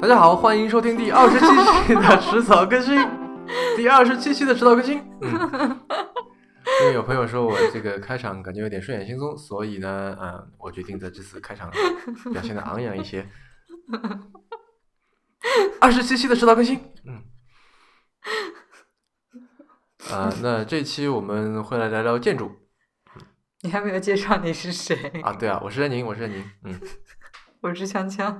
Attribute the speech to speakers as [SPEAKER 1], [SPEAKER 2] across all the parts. [SPEAKER 1] 大家好，欢迎收听第二十七期的迟早更新，第二十七期的迟早更新。嗯，因为有朋友说我这个开场感觉有点睡眼惺忪，所以呢，嗯，我决定在这次开场表现的昂扬一些。二十七期的迟早更新，嗯。啊、那这期我们会来聊聊建筑
[SPEAKER 2] 你还没有介绍你是谁？
[SPEAKER 1] 啊，对啊，我是任宁，我是任宁，嗯。
[SPEAKER 2] 我是锵锵。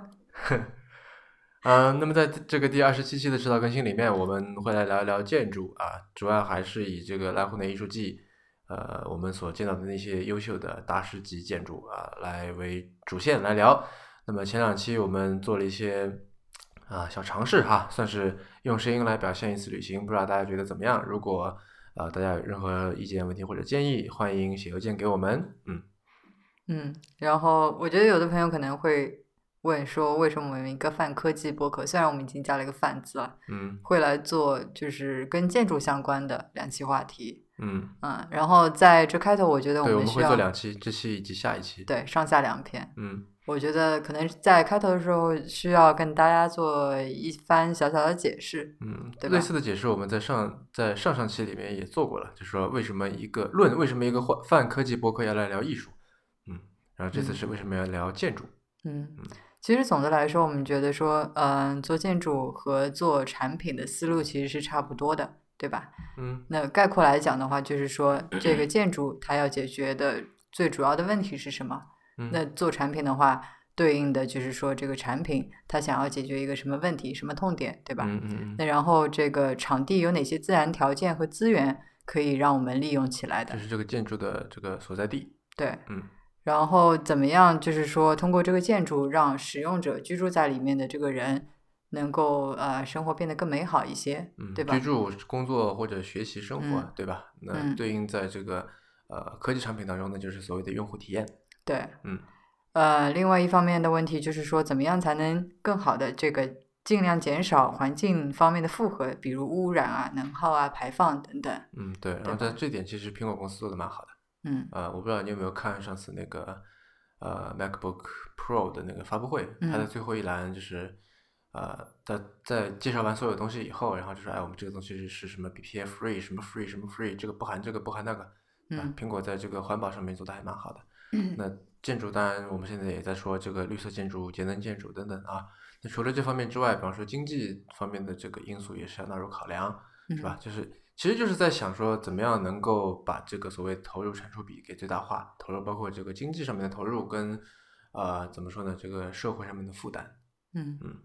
[SPEAKER 1] 嗯、那么在这个第二十七期的指导更新里面，我们会来聊一聊建筑啊，主要还是以这个濑户内艺术季，呃，我们所见到的那些优秀的大师级建筑啊，来为主线来聊。那么前两期我们做了一些啊小尝试哈，算是用声音来表现一次旅行，不知道大家觉得怎么样？如果呃大家有任何意见、问题或者建议，欢迎写邮件给我们。嗯，
[SPEAKER 2] 嗯，然后我觉得有的朋友可能会问说，为什么我们一个泛科技播客，虽然我们已经加了一个“泛”字了，
[SPEAKER 1] 嗯
[SPEAKER 2] 会来做就是跟建筑相关的两期话题。
[SPEAKER 1] 嗯，
[SPEAKER 2] 嗯，然后在这开头，我觉得
[SPEAKER 1] 对，我们
[SPEAKER 2] 们需
[SPEAKER 1] 会做
[SPEAKER 2] 要
[SPEAKER 1] 两期，这期以及下一期。，
[SPEAKER 2] 对上下两篇。
[SPEAKER 1] 嗯
[SPEAKER 2] 我觉得可能在开头的时候需要跟大家做一番小小的解释。
[SPEAKER 1] 嗯，
[SPEAKER 2] 对
[SPEAKER 1] 类
[SPEAKER 2] 吧
[SPEAKER 1] 似的解释我们在上在上上期里面也做过了，就说为什么一个论为什么一个泛泛科技博客要来聊艺术，嗯，然后这次是为什么要聊建筑，
[SPEAKER 2] 嗯
[SPEAKER 1] 嗯，
[SPEAKER 2] 其实总的来说，我们觉得说，嗯，做建筑和做产品的思路其实是差不多的，对吧？
[SPEAKER 1] 嗯
[SPEAKER 2] 那概括来讲的话，就 是说这个建筑它要解决的最主要的问题是什么？
[SPEAKER 1] 嗯，
[SPEAKER 2] 那做产品的话，对应的就是说这个产品它想要解决一个什么问题、什么痛点，对吧？
[SPEAKER 1] 嗯嗯嗯，
[SPEAKER 2] 那然后这个场地有哪些自然条件和资源可以让我们利用起来的
[SPEAKER 1] 这？是这个建筑的这个所在地，
[SPEAKER 2] 对，
[SPEAKER 1] 嗯
[SPEAKER 2] 然后怎么样？就是说通过这个建筑，让使用者居住在里面的这个人能够呃生活变得更美好一些，
[SPEAKER 1] 嗯，
[SPEAKER 2] 对吧？
[SPEAKER 1] 居住、工作或者学习、生活，
[SPEAKER 2] 嗯
[SPEAKER 1] 对吧？那
[SPEAKER 2] 嗯
[SPEAKER 1] 对应在这个呃科技产品当中呢，就是所谓的用户体验，
[SPEAKER 2] 对，
[SPEAKER 1] 嗯，
[SPEAKER 2] 呃，另外一方面的问题就是说，怎么样才能更好的这个尽量减少环境方面的负荷，比如污染啊、能耗啊、排放等等。
[SPEAKER 1] 嗯对，然后
[SPEAKER 2] 对
[SPEAKER 1] 在
[SPEAKER 2] 吧
[SPEAKER 1] 这点其实苹果公司做的蛮好的。
[SPEAKER 2] 嗯
[SPEAKER 1] 呃，我不知道你有没有看上次那个呃 MacBook Pro 的那个发布会，它的
[SPEAKER 2] 嗯
[SPEAKER 1] 最后一栏就是呃，在在介绍完所有东西以后，然后就说哎，我们这个东西是是什么 BPA free，什么 free，什么 free，这个不含这个不含那个。啊
[SPEAKER 2] 嗯
[SPEAKER 1] 苹果在这个环保上面做的还蛮好的。那建筑当然我们现在也在说这个绿色建筑、节能建筑等等啊。那除了这方面之外，比方说经济方面的这个因素也是要纳入考量。
[SPEAKER 2] 嗯，
[SPEAKER 1] 是吧？就是其实就是在想说，怎么样能够把这个所谓投入产出比给最大化，投入包括这个经济上面的投入跟呃怎么说呢，这个社会上面的负担。
[SPEAKER 2] 嗯
[SPEAKER 1] 嗯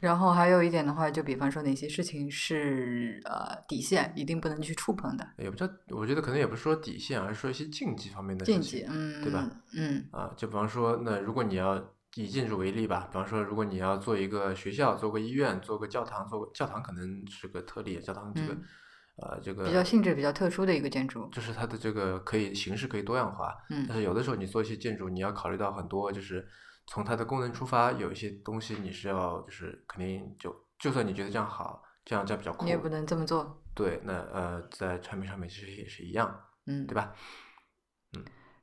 [SPEAKER 2] 然后还有一点的话，就比方说哪些事情是呃底线，一定不能去触碰的
[SPEAKER 1] 也不叫，我觉得可能也不是说底线，而是说一些禁忌方面的事
[SPEAKER 2] 禁
[SPEAKER 1] 情。
[SPEAKER 2] 忌，嗯，
[SPEAKER 1] 对吧？
[SPEAKER 2] 嗯
[SPEAKER 1] 啊，就比方说，那如果你要以建筑为例吧，比方说，如果你要做一个学校、做个医院、做个教堂、做个教堂，可能是个特例，教堂这个、
[SPEAKER 2] 嗯
[SPEAKER 1] 呃这个
[SPEAKER 2] 比较性质比较特殊的一个建筑，
[SPEAKER 1] 就是它的这个可以形式可以多样化，
[SPEAKER 2] 嗯
[SPEAKER 1] 但是有的时候你做一些建筑，你要考虑到很多，就是从它的功能出发，有一些东西你是要就是肯定就就算你觉得这样好，这样这样比较酷
[SPEAKER 2] 你，也不能这么做，
[SPEAKER 1] 对，那呃在产品上面其实也是一样，
[SPEAKER 2] 嗯，
[SPEAKER 1] 对吧？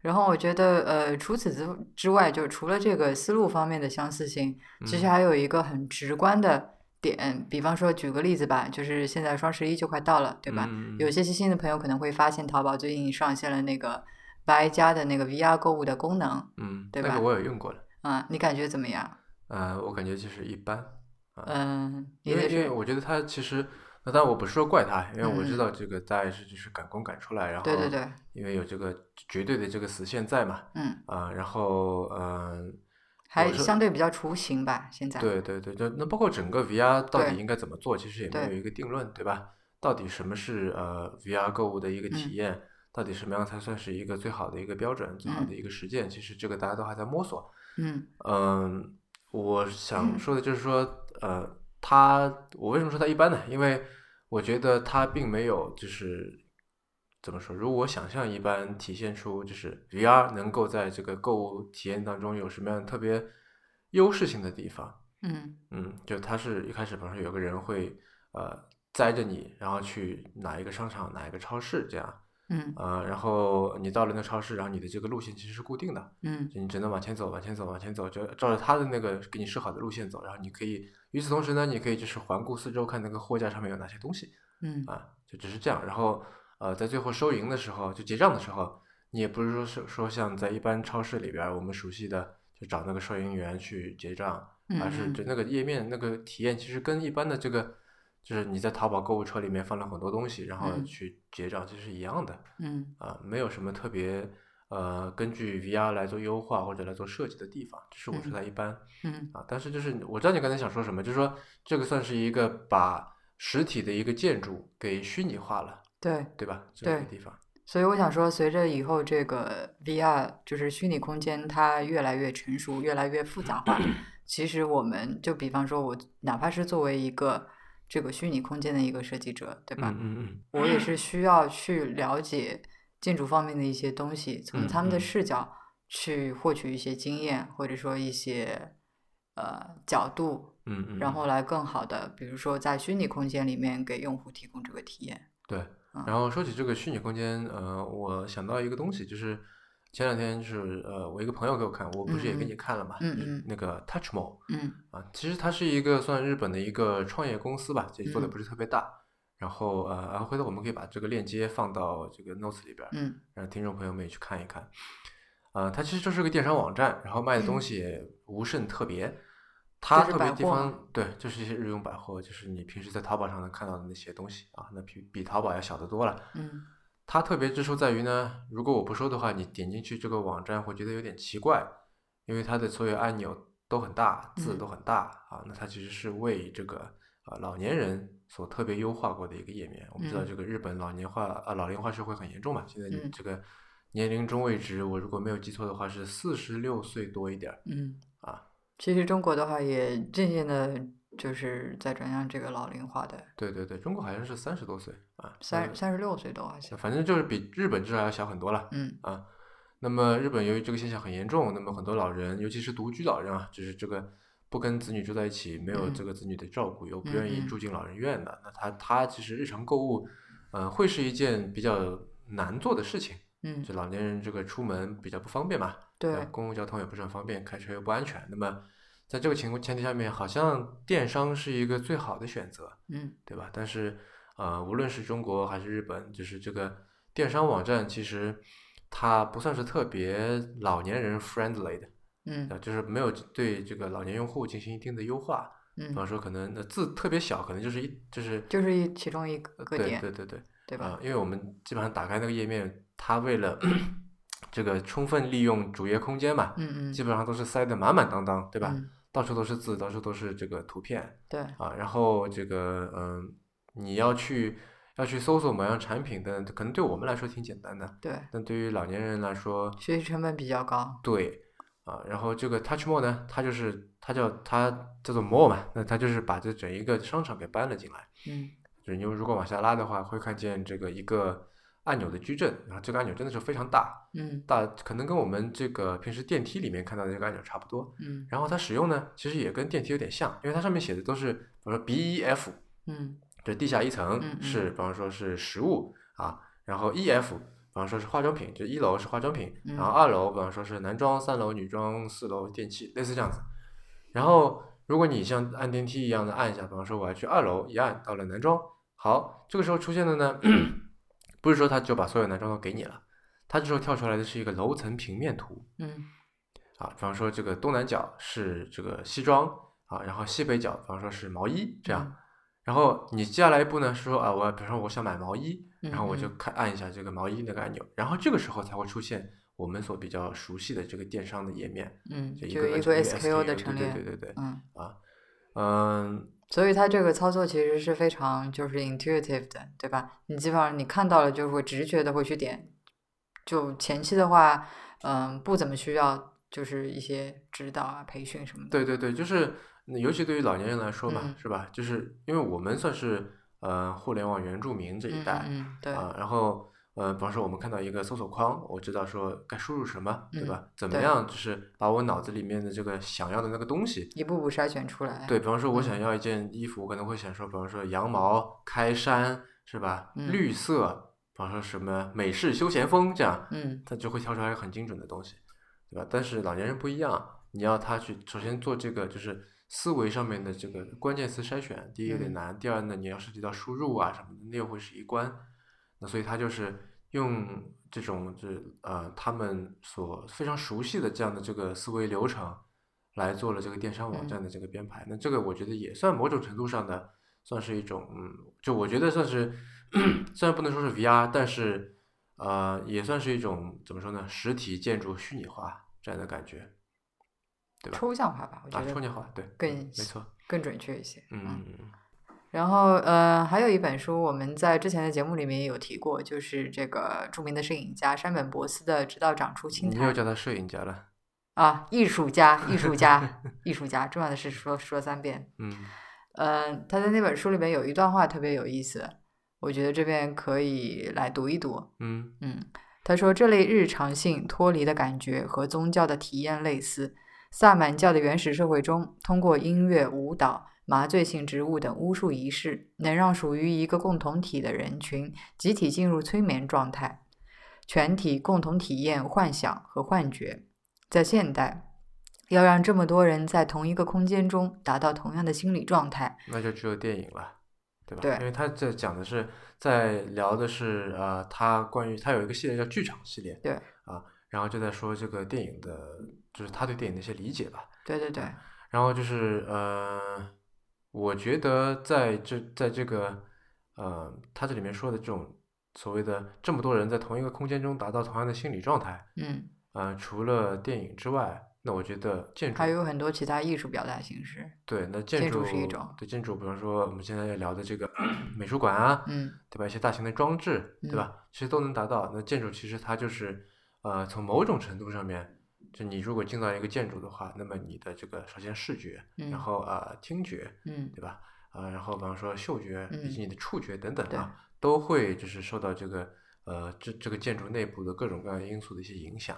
[SPEAKER 2] 然后我觉得，呃，除此之之外，就除了这个思路方面的相似性，其实
[SPEAKER 1] 嗯
[SPEAKER 2] 还有一个很直观的点，比方说举个例子吧，就是现在双十一就快到了，对吧？
[SPEAKER 1] 嗯
[SPEAKER 2] 有些细心的朋友可能会发现，淘宝最近上线了那个白家的那个 VR 购物的功能，
[SPEAKER 1] 嗯，
[SPEAKER 2] 对
[SPEAKER 1] 那
[SPEAKER 2] 吧
[SPEAKER 1] 个我也用过了，
[SPEAKER 2] 啊、你感觉怎么样？
[SPEAKER 1] 呃，我感觉就是一般，
[SPEAKER 2] 嗯，你
[SPEAKER 1] 啊因为
[SPEAKER 2] 的
[SPEAKER 1] 因为
[SPEAKER 2] 是，
[SPEAKER 1] 我觉得它其实，那当然我不是说怪它，因为我
[SPEAKER 2] 嗯
[SPEAKER 1] 知
[SPEAKER 2] 嗯
[SPEAKER 1] 道这个大概是就是赶工赶出来，然后
[SPEAKER 2] 对对对，
[SPEAKER 1] 因为有这个绝对的这个死线在嘛，
[SPEAKER 2] 嗯，
[SPEAKER 1] 啊、然后嗯。
[SPEAKER 2] 还
[SPEAKER 1] 有时候
[SPEAKER 2] 相对比较雏形吧，现在，
[SPEAKER 1] 对对对，就那包括整个 VR 到底
[SPEAKER 2] 对
[SPEAKER 1] 应该怎么做，其实也没有
[SPEAKER 2] 对
[SPEAKER 1] 一个定论，对吧？到底什么是呃 VR 购物的一个体
[SPEAKER 2] 嗯
[SPEAKER 1] 验？到底什么样才算是一个最好的一个标准、最好的
[SPEAKER 2] 嗯
[SPEAKER 1] 一个实践？其实这个大家都还在摸索。
[SPEAKER 2] 嗯
[SPEAKER 1] 嗯，我想
[SPEAKER 2] 嗯
[SPEAKER 1] 说的就是说，呃，它我为什么说它一般呢？因为我觉得它并没有就是怎么说，如我想象一般体现出就是 VR 能够在这个购物体验当中有什么样特别优势性的地方。
[SPEAKER 2] 嗯
[SPEAKER 1] 嗯，就他是一开始，比方说有个人会呃载着你，然后去哪一个商场、哪一个超市这样，
[SPEAKER 2] 嗯
[SPEAKER 1] 啊、然后你到了那个超市，然后你的这个路线其实是固定的，
[SPEAKER 2] 嗯
[SPEAKER 1] 就你只能往前走，往前走，往前走，就照着他的那个给你设好的路线走。然后你可以，与此同时呢，你可以就是环顾四周，看那个货架上面有哪些东西
[SPEAKER 2] 嗯
[SPEAKER 1] 啊，就只是这样。然后呃，在最后收银的时候，就结账的时候，你也不是说是说像在一般超市里边儿我们熟悉的，就找那个收银员去结账，
[SPEAKER 2] 嗯，
[SPEAKER 1] 而是
[SPEAKER 2] 嗯
[SPEAKER 1] 就那个页面那个体验，其实跟一般的这个，就是你在淘宝购物车里面放了很多东西，然后
[SPEAKER 2] 嗯
[SPEAKER 1] 去结账，其实是一样的
[SPEAKER 2] 嗯
[SPEAKER 1] 啊、没有什么特别呃根据 VR 来做优化或者来做设计的地方，这是我说
[SPEAKER 2] 嗯
[SPEAKER 1] 它一般
[SPEAKER 2] 嗯
[SPEAKER 1] 啊。但是就是我知道你刚才想说什么，就是说这个算是一个把实体的一个建筑给虚拟化了，
[SPEAKER 2] 对，
[SPEAKER 1] 对吧？这么一个
[SPEAKER 2] 对
[SPEAKER 1] 地方，
[SPEAKER 2] 所以我想说，随着以后这个 VR 就是虚拟空间它越来越成熟，越来越复杂化，其实我们就比方说我，哪怕是作为一个这个虚拟空间的一个设计者，对吧？
[SPEAKER 1] 嗯嗯嗯，
[SPEAKER 2] 我也是需要去了解建筑方面的一些东西，从他们
[SPEAKER 1] 嗯
[SPEAKER 2] 的
[SPEAKER 1] 嗯
[SPEAKER 2] 视角去获取一些经验，或者说一些呃角度，
[SPEAKER 1] 嗯嗯，
[SPEAKER 2] 然
[SPEAKER 1] 嗯
[SPEAKER 2] 后来更好的，比如说在虚拟空间里面给用户提供这个体验。
[SPEAKER 1] 对
[SPEAKER 2] 嗯，
[SPEAKER 1] 然后说起这个虚拟空间，呃，我想到一个东西，就是前两天就是呃，我一个朋友给我看，我不是也给
[SPEAKER 2] 嗯嗯
[SPEAKER 1] 你看了嘛，
[SPEAKER 2] 嗯
[SPEAKER 1] 就是
[SPEAKER 2] 嗯
[SPEAKER 1] 那个 Touchmo
[SPEAKER 2] 嗯
[SPEAKER 1] 啊，其实它是一个算日本的一个创业公司吧，这做的
[SPEAKER 2] 嗯
[SPEAKER 1] 不是特别大。然后呃，然后回头我们可以把这个链接放到这个 notes 里边儿，
[SPEAKER 2] 嗯
[SPEAKER 1] 让听众朋友们也去看一看。呃，它其实就是个电商网站，然后卖的东 西也无甚特别。它
[SPEAKER 2] 就是
[SPEAKER 1] 特别
[SPEAKER 2] 百
[SPEAKER 1] 地
[SPEAKER 2] 货
[SPEAKER 1] 方
[SPEAKER 2] 吗，
[SPEAKER 1] 对，就是一些日用百货，就是你平时在淘宝上能看到的那些东西啊，那比比淘宝要小得多了。
[SPEAKER 2] 嗯
[SPEAKER 1] 它特别之处在于呢，如果我不说的话，你点进去这个网站会觉得有点奇怪，因为它的所有按钮都很大，字
[SPEAKER 2] 嗯
[SPEAKER 1] 都很大、啊。那它其实是为这个呃老年人所特别优化过的一个页面。我们知道
[SPEAKER 2] 嗯
[SPEAKER 1] 这个日本老年化啊老龄化社会很严重嘛，现在你
[SPEAKER 2] 嗯
[SPEAKER 1] 这个年龄中位值，我如果没有记错的话是四十六岁多一点儿
[SPEAKER 2] 嗯
[SPEAKER 1] 啊。
[SPEAKER 2] 其实中国的话也渐渐的，就是在转向这个老龄化的，
[SPEAKER 1] 对对对，中国好像是三十多岁啊，呃
[SPEAKER 2] 三三十六岁都还行。
[SPEAKER 1] 反正就是比日本至少要小很多了。
[SPEAKER 2] 嗯
[SPEAKER 1] 啊。那么日本由于这个现象很严重，那么很多老人，尤其是独居老人啊，就是这个不跟子女住在一起，没有
[SPEAKER 2] 嗯
[SPEAKER 1] 这个子女的照顾，又不愿意
[SPEAKER 2] 嗯嗯
[SPEAKER 1] 住进老人院的，那他他其实日常购物，呃，会是一件比较难做的事情。
[SPEAKER 2] 嗯，
[SPEAKER 1] 就老年人这个出门比较不方便嘛，呃
[SPEAKER 2] 对，
[SPEAKER 1] 公共交通也不是很方便，开车又不安全。那么在这个情况前提下面，好像电商是一个最好的选择。
[SPEAKER 2] 嗯
[SPEAKER 1] 对吧？但是，呃，无论是中国还是日本，就是这个电商网站，其实它不算是特别老年人 friendly 的，
[SPEAKER 2] 嗯
[SPEAKER 1] 啊，就是没有对这个老年用户进行一定的优化。比方
[SPEAKER 2] 嗯，
[SPEAKER 1] 说，可能那字特别小，可能就是一就是
[SPEAKER 2] 就是一其中一个个
[SPEAKER 1] 对
[SPEAKER 2] 点，
[SPEAKER 1] 对对对
[SPEAKER 2] 对
[SPEAKER 1] 啊、
[SPEAKER 2] 吧？
[SPEAKER 1] 因为我们基本上打开那个页面，它为了 这个充分利用主页空间嘛，
[SPEAKER 2] 嗯嗯，
[SPEAKER 1] 基本上都是塞得满满当当，对吧？
[SPEAKER 2] 嗯
[SPEAKER 1] 到处都是字，到处都是这个图片，
[SPEAKER 2] 对，
[SPEAKER 1] 啊，然后这个嗯，你要去要去搜索某样产品的，可能对我们来说挺简单的，
[SPEAKER 2] 对，
[SPEAKER 1] 但对于老年人来说，
[SPEAKER 2] 学习成本比较高。
[SPEAKER 1] 对啊，然后这个 TouchMo 呢，它就是它叫它叫做 Mall 嘛，那它就是把这整一个商场给搬了进来。
[SPEAKER 2] 嗯
[SPEAKER 1] 就是你如果往下拉的话，会看见这个一个按钮的矩阵，然后这个按钮真的是非常大，
[SPEAKER 2] 嗯
[SPEAKER 1] 大可能跟我们这个平时电梯里面看到的这个按钮差不多。
[SPEAKER 2] 嗯
[SPEAKER 1] 然后它使用呢，其实也跟电梯有点像，因为它上面写的都是，比如说 B E F，
[SPEAKER 2] 嗯
[SPEAKER 1] 这地下一层
[SPEAKER 2] 嗯嗯
[SPEAKER 1] 是，比方说是食物啊，然后 E F，比方说是化妆品，就一楼是化妆品，然后
[SPEAKER 2] 嗯
[SPEAKER 1] 二楼比方说是男装，三楼女装，四楼电器，类似这样子。然后如果你像按电梯一样的按一下，比方说我要去二楼，一按到了男装，好，这个时候出现的呢， 不是说它就把所有男装都给你了，它这时候跳出来的是一个楼层平面图
[SPEAKER 2] 嗯
[SPEAKER 1] 啊，比方说这个东南角是这个西装啊，然后西北角比方说是毛衣这样。
[SPEAKER 2] 嗯
[SPEAKER 1] 然后你接下来一步呢是说啊，我比如说我想买毛衣，
[SPEAKER 2] 嗯，
[SPEAKER 1] 然后我就
[SPEAKER 2] 嗯
[SPEAKER 1] 看按一下这个毛衣那个按钮，然后这个时候才会出现我们所比较熟悉的这个电商的页面，
[SPEAKER 2] 嗯，
[SPEAKER 1] 就
[SPEAKER 2] 就
[SPEAKER 1] 一
[SPEAKER 2] 有
[SPEAKER 1] 个个
[SPEAKER 2] 一个
[SPEAKER 1] SKU
[SPEAKER 2] SKU 的陈
[SPEAKER 1] 对对
[SPEAKER 2] 列，
[SPEAKER 1] 对对对，
[SPEAKER 2] 嗯，
[SPEAKER 1] 嗯，
[SPEAKER 2] 所以它这个操作其实是非常就是 intuitive 的，对吧？你基本上你看到了就会直觉的会去点，就前期的话，嗯，不怎么需要就是一些指导啊、培训什么的。
[SPEAKER 1] 对对对，就是尤其对于老年人来说嘛，
[SPEAKER 2] 嗯
[SPEAKER 1] 是吧？就是因为我们算是呃互联网原住民这一
[SPEAKER 2] 嗯
[SPEAKER 1] 代，
[SPEAKER 2] 嗯嗯，对，
[SPEAKER 1] 啊，然后呃，比方说我们看到一个搜索框，我知道说该输入什么，对
[SPEAKER 2] 嗯
[SPEAKER 1] 吧？怎么
[SPEAKER 2] 对
[SPEAKER 1] 样就是把我脑子里面的这个想要的那个东西。
[SPEAKER 2] 一步步筛选出来。
[SPEAKER 1] 对，比方说我
[SPEAKER 2] 嗯
[SPEAKER 1] 想要一件衣服，我可能会想说，比方说羊毛、开衫，是吧？
[SPEAKER 2] 嗯
[SPEAKER 1] 绿色，比方说什么美式休闲风这样，
[SPEAKER 2] 嗯
[SPEAKER 1] 他就会挑出来很精准的东西，对吧？但是老年人不一样，你要他去首先做这个就是思维上面的这个关键词筛选，第一有点
[SPEAKER 2] 嗯
[SPEAKER 1] 难，第二呢你要涉及到输入啊什么的，那又会是一关。那所以他就是用这种就是呃他们所非常熟悉的这样的这个思维流程来做了这个电商
[SPEAKER 2] 嗯
[SPEAKER 1] 网站的这个编排。那这个我觉得也算某种程度上的算是一种，嗯，就我觉得算是 虽然不能说是 VR，但是呃也算是一种怎么说呢，实体建筑虚拟化这样的感觉对吧
[SPEAKER 2] 抽象化吧，我觉
[SPEAKER 1] 啊，
[SPEAKER 2] 得
[SPEAKER 1] 抽象化对，
[SPEAKER 2] 更
[SPEAKER 1] 嗯没错，
[SPEAKER 2] 更准确一些。
[SPEAKER 1] 嗯，嗯
[SPEAKER 2] 然后呃，还有一本书，我们在之前的节目里面也有提过，就是这个著名的摄影家山本博斯的《直到长出青
[SPEAKER 1] 你
[SPEAKER 2] 苔
[SPEAKER 1] 又》叫他摄影家了，
[SPEAKER 2] 啊，艺术家，艺术家，艺术家，重要的是说说三遍。
[SPEAKER 1] 嗯
[SPEAKER 2] 呃，他在那本书里面有一段话特别有意思，我觉得这边可以来读一读。
[SPEAKER 1] 嗯
[SPEAKER 2] 嗯，他说这类日常性脱离的感觉和宗教的体验类似。萨满教的原始社会中，通过音乐、舞蹈、麻醉性植物等巫术仪式，能让属于一个共同体的人群集体进入催眠状态，全体共同体验幻想和幻觉。在现代，要让这么多人在同一个空间中达到同样的心理状态，
[SPEAKER 1] 那就只有电影了，对吧？
[SPEAKER 2] 对
[SPEAKER 1] 因为他这讲的是在聊的是呃，他关于他有一个系列叫剧场系列，
[SPEAKER 2] 对
[SPEAKER 1] 啊，然后就在说这个电影的，就是他对电影的一些理解吧。
[SPEAKER 2] 对对对，
[SPEAKER 1] 然后就是呃，我觉得在这在这个呃，他这里面说的这种所谓的这么多人在同一个空间中达到同样的心理状态，
[SPEAKER 2] 嗯，
[SPEAKER 1] 呃，除了电影之外，那我觉得建筑
[SPEAKER 2] 还有很多其他艺术表达形式，
[SPEAKER 1] 对那建
[SPEAKER 2] 建
[SPEAKER 1] 筑
[SPEAKER 2] 筑是一种
[SPEAKER 1] 对建筑，比方说我们现在要聊的这个 美术馆啊，
[SPEAKER 2] 嗯
[SPEAKER 1] 对吧？一些大型的装置，对吧？其实都能达到。那建筑其实它就是，呃，从某种程度上面，就你如果进到一个建筑的话，那么你的这个首先视觉，
[SPEAKER 2] 嗯
[SPEAKER 1] 然后呃听觉，
[SPEAKER 2] 嗯
[SPEAKER 1] 对吧？呃，然后比方说嗅觉以及
[SPEAKER 2] 嗯
[SPEAKER 1] 你的触觉等等
[SPEAKER 2] 对
[SPEAKER 1] 啊，都会就是受到这个呃这这个建筑内部的各种各样的因素的一些影响。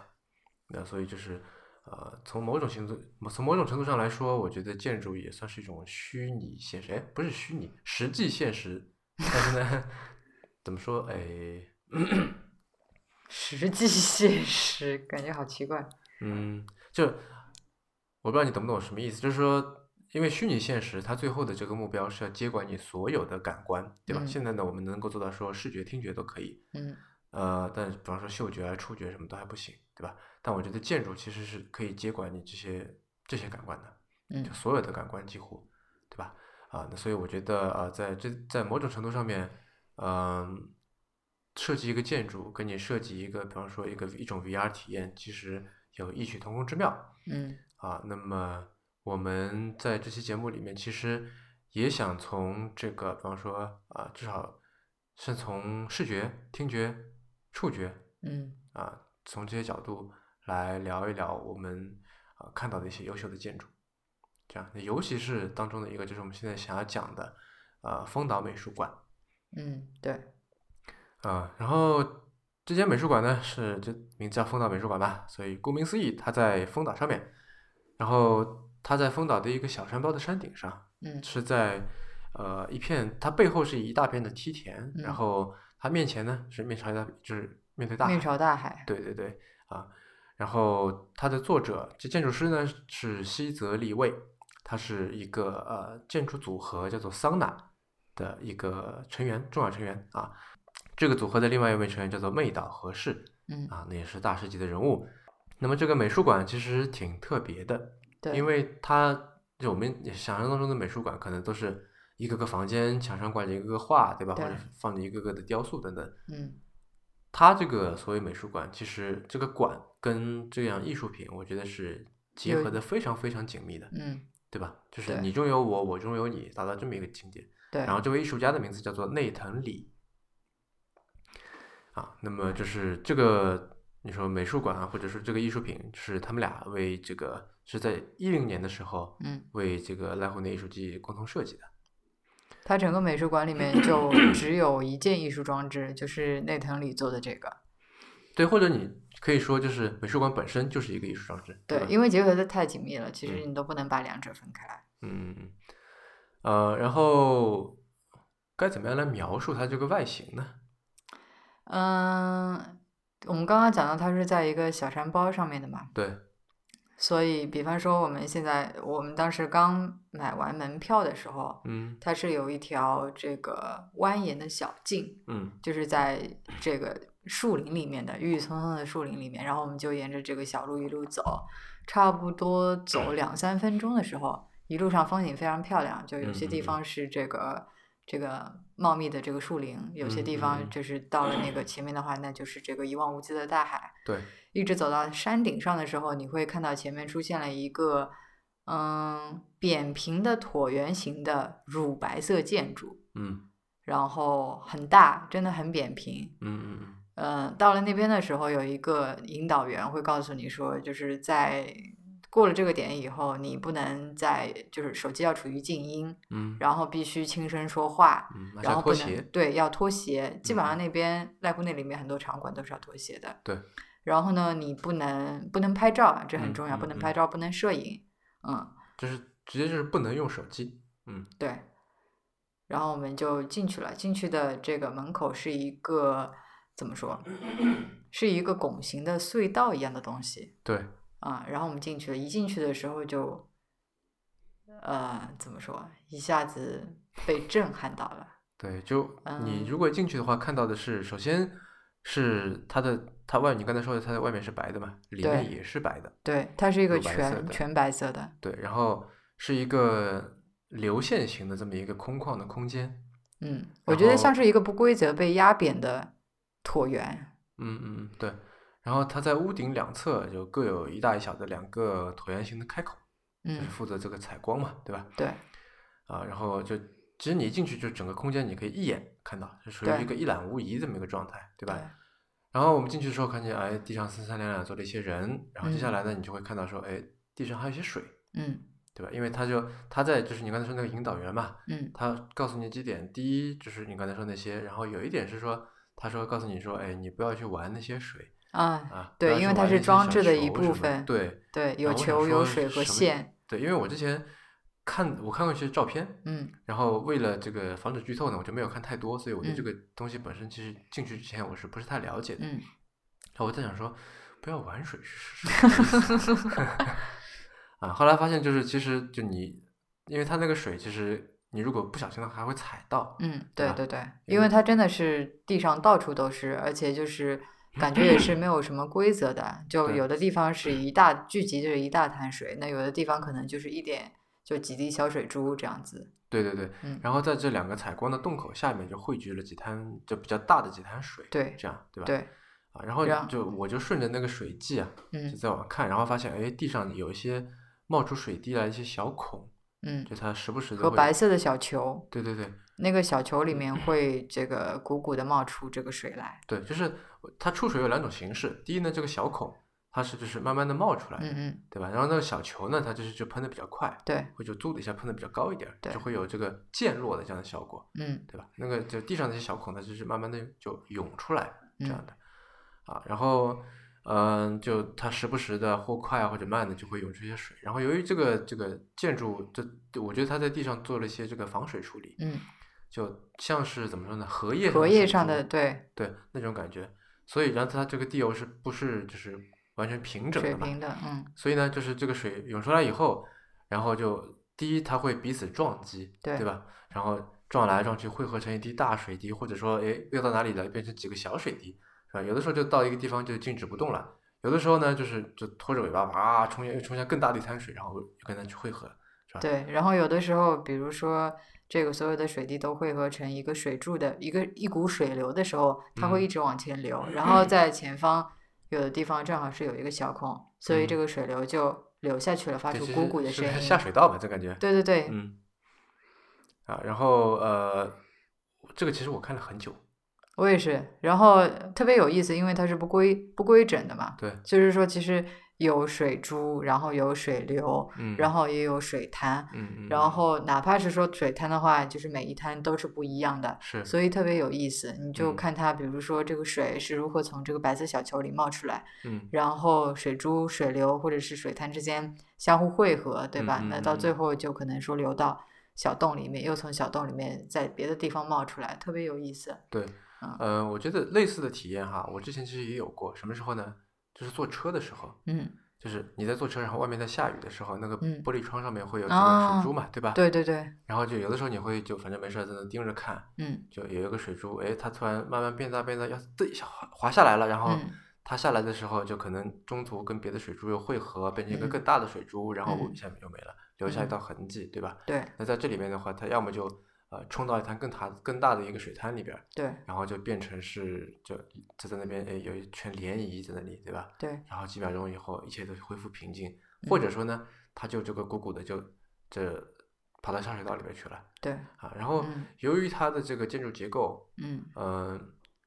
[SPEAKER 1] 那所以就是呃，从某种程度从某种程度上来说，我觉得建筑也算是一种虚拟现实，哎，不是虚拟，实际现实。但是 呢，怎么说？哎，
[SPEAKER 2] 实际 现实，感觉好奇怪。
[SPEAKER 1] 嗯，就我不知道你懂不懂我什么意思，就是说，因为虚拟现实它最后的这个目标是要接管你所有的感官，对吧？
[SPEAKER 2] 嗯
[SPEAKER 1] 现在呢，我们能够做到说视觉、听觉都可以，
[SPEAKER 2] 嗯
[SPEAKER 1] 呃，但是比方说嗅觉啊、触觉什么都还不行，对吧？但我觉得建筑其实是可以接管你这些这些感官的。
[SPEAKER 2] 嗯
[SPEAKER 1] 就所有的感官几乎，对吧？啊，那所以我觉得啊，在这在某种程度上面，嗯、设计一个建筑跟你设计一个，比方说一个一种 VR 体验，其实有异曲同工之妙
[SPEAKER 2] 嗯
[SPEAKER 1] 啊。那么我们在这期节目里面，其实也想从这个，比方说啊，至少是从视觉、听觉、触觉
[SPEAKER 2] 嗯
[SPEAKER 1] 啊，从这些角度来聊一聊我们啊、呃看到的一些优秀的建筑，这样，那尤其是当中的一个就是我们现在想要讲的，呃，丰岛美术馆
[SPEAKER 2] 嗯，对，
[SPEAKER 1] 啊、然后这间美术馆呢是这名字叫丰岛美术馆吧，所以顾名思义，它在丰岛上面，然后它在丰岛的一个小山包的山顶上，
[SPEAKER 2] 嗯
[SPEAKER 1] 是在呃一片，它背后是一大片的梯田，然
[SPEAKER 2] 嗯
[SPEAKER 1] 后它面前呢是面朝一大，就是面对大海
[SPEAKER 2] 面。朝大海。
[SPEAKER 1] 对对对啊，然后它的作者这建筑师呢是西泽立卫，他是一个呃建筑组合叫做桑娜的一个成员，重要成员啊。这个组合的另外一位成员叫做妹岛和世
[SPEAKER 2] 嗯，
[SPEAKER 1] 啊，那也是大师级的人物。那么这个美术馆其实挺特别的，
[SPEAKER 2] 对，
[SPEAKER 1] 因为它就我们想象当中的美术馆可能都是一个个房间，墙上挂着一个个画，对吧？或
[SPEAKER 2] 对
[SPEAKER 1] 者放着一个个的雕塑等等。
[SPEAKER 2] 嗯
[SPEAKER 1] 它这个所谓美术馆，其实这个馆跟这样艺术品，我觉得是结
[SPEAKER 2] 有
[SPEAKER 1] 合的非常非常紧密的，
[SPEAKER 2] 嗯
[SPEAKER 1] 对吧？就是
[SPEAKER 2] 对
[SPEAKER 1] 你中有我，我中有你，达到这么一个境界。
[SPEAKER 2] 对，
[SPEAKER 1] 然后这位艺术家的名字叫做内藤里，啊，那么就是这个你说美术馆啊，或者说这个艺术品，是他们俩为这个是在一零年的时候
[SPEAKER 2] 嗯，
[SPEAKER 1] 为这个濑户内艺术季共同设计的。
[SPEAKER 2] 它整个美术馆里 面就只有一件艺术装置，就是内藤里做的这个。
[SPEAKER 1] 对，或者你可以说就是美术馆本身就是一个艺术装置，
[SPEAKER 2] 对
[SPEAKER 1] 吧，
[SPEAKER 2] 因为结合的太紧密了，其实
[SPEAKER 1] 嗯
[SPEAKER 2] 你都不能把两者分开来。
[SPEAKER 1] 嗯，呃，然后该怎么样来描述它这个外形呢？
[SPEAKER 2] 嗯，我们刚刚讲到它是在一个小山包上面的嘛，
[SPEAKER 1] 对，
[SPEAKER 2] 所以比方说我们现在我们当时刚买完门票的时候，
[SPEAKER 1] 嗯
[SPEAKER 2] 它是有一条这个蜿蜒的小径，
[SPEAKER 1] 嗯
[SPEAKER 2] 就是在这个树林里面的郁郁葱葱的树林里面，然后我们就沿着这个小路一路走，差不多走两三分钟的时候，一路上风景非常漂亮，就有些
[SPEAKER 1] 嗯
[SPEAKER 2] 地方是这个这个茂密的这个树林，有些地
[SPEAKER 1] 嗯嗯嗯
[SPEAKER 2] 方就是到了那个前面的话，那就是这个一望无际的大海。
[SPEAKER 1] 对，
[SPEAKER 2] 一直走到山顶上的时候，你会看到前面出现了一个嗯扁平的椭圆形的乳白色建筑，
[SPEAKER 1] 嗯
[SPEAKER 2] 然后很大，真的很扁平。
[SPEAKER 1] 嗯嗯
[SPEAKER 2] 呃，到了那边的时候，有一个引导员会告诉你说，就是在过了这个点以后，你不能再就是手机要处于静音，
[SPEAKER 1] 嗯
[SPEAKER 2] 然后必须轻声说话，
[SPEAKER 1] 嗯，拿
[SPEAKER 2] 然
[SPEAKER 1] 下
[SPEAKER 2] 后
[SPEAKER 1] 拖
[SPEAKER 2] 不能
[SPEAKER 1] 鞋，
[SPEAKER 2] 对要脱鞋。基本
[SPEAKER 1] 嗯
[SPEAKER 2] 上那边濑户内里面很多场馆都是要脱鞋的。
[SPEAKER 1] 对。
[SPEAKER 2] 然后呢，你不能不能拍照啊，这很
[SPEAKER 1] 嗯
[SPEAKER 2] 重要，
[SPEAKER 1] 嗯
[SPEAKER 2] 不能
[SPEAKER 1] 嗯
[SPEAKER 2] 拍照，不能摄影。嗯，
[SPEAKER 1] 就是直接就是不能用手机，嗯
[SPEAKER 2] 对。然后我们就进去了，进去的这个门口是一个怎么说，是一个拱形的隧道一样的东西。
[SPEAKER 1] 对，
[SPEAKER 2] 啊，然后我们进去了，一进去的时候就，呃，怎么说，一下子被震撼到了。
[SPEAKER 1] 对，就你
[SPEAKER 2] 嗯
[SPEAKER 1] 如果进去的话，看到的是，首先是它的它外，你刚才说的它的外面是白的嘛，里
[SPEAKER 2] 对
[SPEAKER 1] 面也是白的，
[SPEAKER 2] 对，它是一个
[SPEAKER 1] 乳白色
[SPEAKER 2] 全
[SPEAKER 1] 的
[SPEAKER 2] 全白色的，
[SPEAKER 1] 对，然后是一个流线型的这么一个空旷的空间，
[SPEAKER 2] 嗯，我
[SPEAKER 1] 然
[SPEAKER 2] 觉得像
[SPEAKER 1] 后
[SPEAKER 2] 是一个不规则被压扁的椭圆，
[SPEAKER 1] 嗯嗯嗯，对，然后它在屋顶两侧就各有一大一小的两个椭圆形的开口，就是
[SPEAKER 2] 嗯，
[SPEAKER 1] 负责这个采光嘛，对吧？
[SPEAKER 2] 对
[SPEAKER 1] 啊，然后就其实你一进去就整个空间你可以一眼看到，就属于
[SPEAKER 2] 对
[SPEAKER 1] 一个一览无遗这么一个状态，对
[SPEAKER 2] 对
[SPEAKER 1] 吧？然后我们进去的时候看见，哎，地上三三两两坐了一些人，然后接下
[SPEAKER 2] 嗯
[SPEAKER 1] 来呢，你就会看到说，哎，地上还有一些水，
[SPEAKER 2] 嗯
[SPEAKER 1] 对吧？因为他就他在就是你刚才说那个引导员嘛，
[SPEAKER 2] 嗯
[SPEAKER 1] 他告诉你几点，第一就是你刚才说那些，然后有一点是说，他说告诉你说，哎，你不要去玩那些水
[SPEAKER 2] 啊，
[SPEAKER 1] 啊，不
[SPEAKER 2] 对
[SPEAKER 1] 要
[SPEAKER 2] 因
[SPEAKER 1] 去
[SPEAKER 2] 为它
[SPEAKER 1] 玩
[SPEAKER 2] 是
[SPEAKER 1] 那些
[SPEAKER 2] 装
[SPEAKER 1] 小
[SPEAKER 2] 置的一
[SPEAKER 1] 球
[SPEAKER 2] 部
[SPEAKER 1] 什么
[SPEAKER 2] 分
[SPEAKER 1] 对
[SPEAKER 2] 对，有
[SPEAKER 1] 然后我想
[SPEAKER 2] 球有
[SPEAKER 1] 说
[SPEAKER 2] 水和
[SPEAKER 1] 什么
[SPEAKER 2] 线，
[SPEAKER 1] 对，因为我之前看我看过一些照片，
[SPEAKER 2] 嗯
[SPEAKER 1] 然后为了这个防止剧透呢，我就没有看太多，所以我对这
[SPEAKER 2] 嗯
[SPEAKER 1] 个东西本身其实进去之前我是不是太了解的。
[SPEAKER 2] 嗯
[SPEAKER 1] 然后我在想说，不要玩水是什么意思 啊？后来发现就是，其实就你，因为它那个水，其实你如果不小心的话还会踩到。
[SPEAKER 2] 嗯，
[SPEAKER 1] 对
[SPEAKER 2] 对
[SPEAKER 1] 吧
[SPEAKER 2] 对对，
[SPEAKER 1] 因
[SPEAKER 2] 因
[SPEAKER 1] 为
[SPEAKER 2] 为它真的是地上到处都是，而且就是感觉也是没有什么规则的，就
[SPEAKER 1] 对
[SPEAKER 2] 有的地方是一大聚集着一大滩水，那有的地方可能就是一点就几滴小水珠这样子，
[SPEAKER 1] 对对对，
[SPEAKER 2] 嗯，
[SPEAKER 1] 然后在这两个采光的洞口下面就汇聚了几滩，就比较大的几滩水，
[SPEAKER 2] 对
[SPEAKER 1] 这样对吧？
[SPEAKER 2] 对，
[SPEAKER 1] 啊，然后
[SPEAKER 2] 然
[SPEAKER 1] 就我就顺着那个水迹啊，就
[SPEAKER 2] 嗯
[SPEAKER 1] 在往看，然后发现哎，地上有一些冒出水滴来一些小孔，
[SPEAKER 2] 嗯，
[SPEAKER 1] 就它时不时的
[SPEAKER 2] 和
[SPEAKER 1] 会
[SPEAKER 2] 白色的小球，
[SPEAKER 1] 对对对
[SPEAKER 2] 那个小球里面会这个鼓鼓的冒出这个水来，
[SPEAKER 1] 对，就是它出水有两种形式，第一呢，这个小孔它是就是慢慢的冒出来的，
[SPEAKER 2] 嗯嗯，
[SPEAKER 1] 对吧？然后那个小球呢，它就是就喷的比较快，
[SPEAKER 2] 对，
[SPEAKER 1] 会就嘟的一下喷的比较高一点儿，
[SPEAKER 2] 对
[SPEAKER 1] 就会有这个溅落的这样的效果，
[SPEAKER 2] 嗯
[SPEAKER 1] 对吧？那个就地上那些小孔，它就是慢慢的就涌出来这样
[SPEAKER 2] 嗯
[SPEAKER 1] 的，啊，然后嗯、就它时不时的或快啊或者慢的就会涌出一些水，然后由于这个这个建筑，这我觉得它在地上做了一些这个防水处理，
[SPEAKER 2] 嗯，
[SPEAKER 1] 就像是怎么说呢，荷叶
[SPEAKER 2] 荷叶
[SPEAKER 1] 水
[SPEAKER 2] 上
[SPEAKER 1] 珠
[SPEAKER 2] 的对
[SPEAKER 1] 对那种感觉，所以然后它这个地油是不是就是完全平整
[SPEAKER 2] 水
[SPEAKER 1] 的嘛？
[SPEAKER 2] 平的，嗯
[SPEAKER 1] 所以呢，就是这个水涌出来以后，然后就第一它会彼此撞击，
[SPEAKER 2] 对
[SPEAKER 1] 吧？然后撞来撞去汇合成一滴大水滴，或者说诶又到哪里了，变成几个小水滴，是吧？有的时候就到一个地方就静止不动了，有的时候呢就是就拖着尾巴哇冲向又冲向更大的一滩水，然后又跟它去汇合，
[SPEAKER 2] 对，然后有的时候，比如说这个所有的水滴都汇合成一个水柱的一个一股水流的时候，它会一
[SPEAKER 1] 嗯
[SPEAKER 2] 直往前流，然 后在前方有的地方正好是有一个小孔，所以这
[SPEAKER 1] 嗯
[SPEAKER 2] 个水流就流下去了，发
[SPEAKER 1] 这
[SPEAKER 2] 出
[SPEAKER 1] 其
[SPEAKER 2] 鼓
[SPEAKER 1] 实
[SPEAKER 2] 鼓的
[SPEAKER 1] 是
[SPEAKER 2] 声音。
[SPEAKER 1] 下水道吧，这感觉，
[SPEAKER 2] 对对对，
[SPEAKER 1] 嗯，啊，然后呃，这个其实我看了很久，
[SPEAKER 2] 我也是。然后特别有意思，因为它是不规不规整的嘛，
[SPEAKER 1] 对，
[SPEAKER 2] 就是说其实有水珠，然后有水流，
[SPEAKER 1] 嗯，
[SPEAKER 2] 然
[SPEAKER 1] 后
[SPEAKER 2] 后也有水滩。
[SPEAKER 1] 嗯嗯，
[SPEAKER 2] 然后哪怕是说水滩的话，就是每一滩都是不一样的，
[SPEAKER 1] 是
[SPEAKER 2] 所以特别有意思。你就
[SPEAKER 1] 嗯
[SPEAKER 2] 看它，比如说这个水是如何从这个白色小球里冒出来，
[SPEAKER 1] 嗯
[SPEAKER 2] 然后水珠、水流或者是水滩之间相互汇合，对吧？
[SPEAKER 1] 嗯
[SPEAKER 2] 那
[SPEAKER 1] 嗯
[SPEAKER 2] 到最
[SPEAKER 1] 嗯
[SPEAKER 2] 后就可能说流到小洞里面，又从小洞里面在别的地方冒出来，特别有意思。
[SPEAKER 1] 对，
[SPEAKER 2] 啊
[SPEAKER 1] 呃，我觉得类似的体验哈，我之前其实也有过。什么时候呢？就是坐车的时候，
[SPEAKER 2] 嗯，
[SPEAKER 1] 就是你在坐车，然后外面在下雨的时候，那个
[SPEAKER 2] 嗯
[SPEAKER 1] 玻璃窗上面会有这个
[SPEAKER 2] 啊
[SPEAKER 1] 水珠嘛，对吧？。
[SPEAKER 2] 对对对，
[SPEAKER 1] 然后就有的时候你会就反正没事儿在那盯着看，
[SPEAKER 2] 嗯
[SPEAKER 1] 就有一个水珠，哎，它突然慢慢变大变大，要嘚一下滑滑下来了，然后
[SPEAKER 2] 嗯
[SPEAKER 1] 它下来的时候，就可能中途跟别的水珠又汇合，变成一个
[SPEAKER 2] 嗯
[SPEAKER 1] 更大的水珠，然后
[SPEAKER 2] 嗯
[SPEAKER 1] 下面又没了，留下一
[SPEAKER 2] 嗯
[SPEAKER 1] 道痕迹，对吧？
[SPEAKER 2] 对
[SPEAKER 1] 那在这里面的话，它要么就呃冲到一滩更大更大的一个水滩里边儿，
[SPEAKER 2] 对
[SPEAKER 1] 然后就变成是就就在那边哎有一圈涟漪在那里，对吧？
[SPEAKER 2] 对，
[SPEAKER 1] 然后几秒钟以后，一切都恢复平静，或者
[SPEAKER 2] 嗯
[SPEAKER 1] 说呢，它就这个鼓鼓的就这跑到下水道里面去了
[SPEAKER 2] 对，
[SPEAKER 1] 啊。然后
[SPEAKER 2] 嗯
[SPEAKER 1] 由于它的这个建筑结构，
[SPEAKER 2] 嗯
[SPEAKER 1] 呃，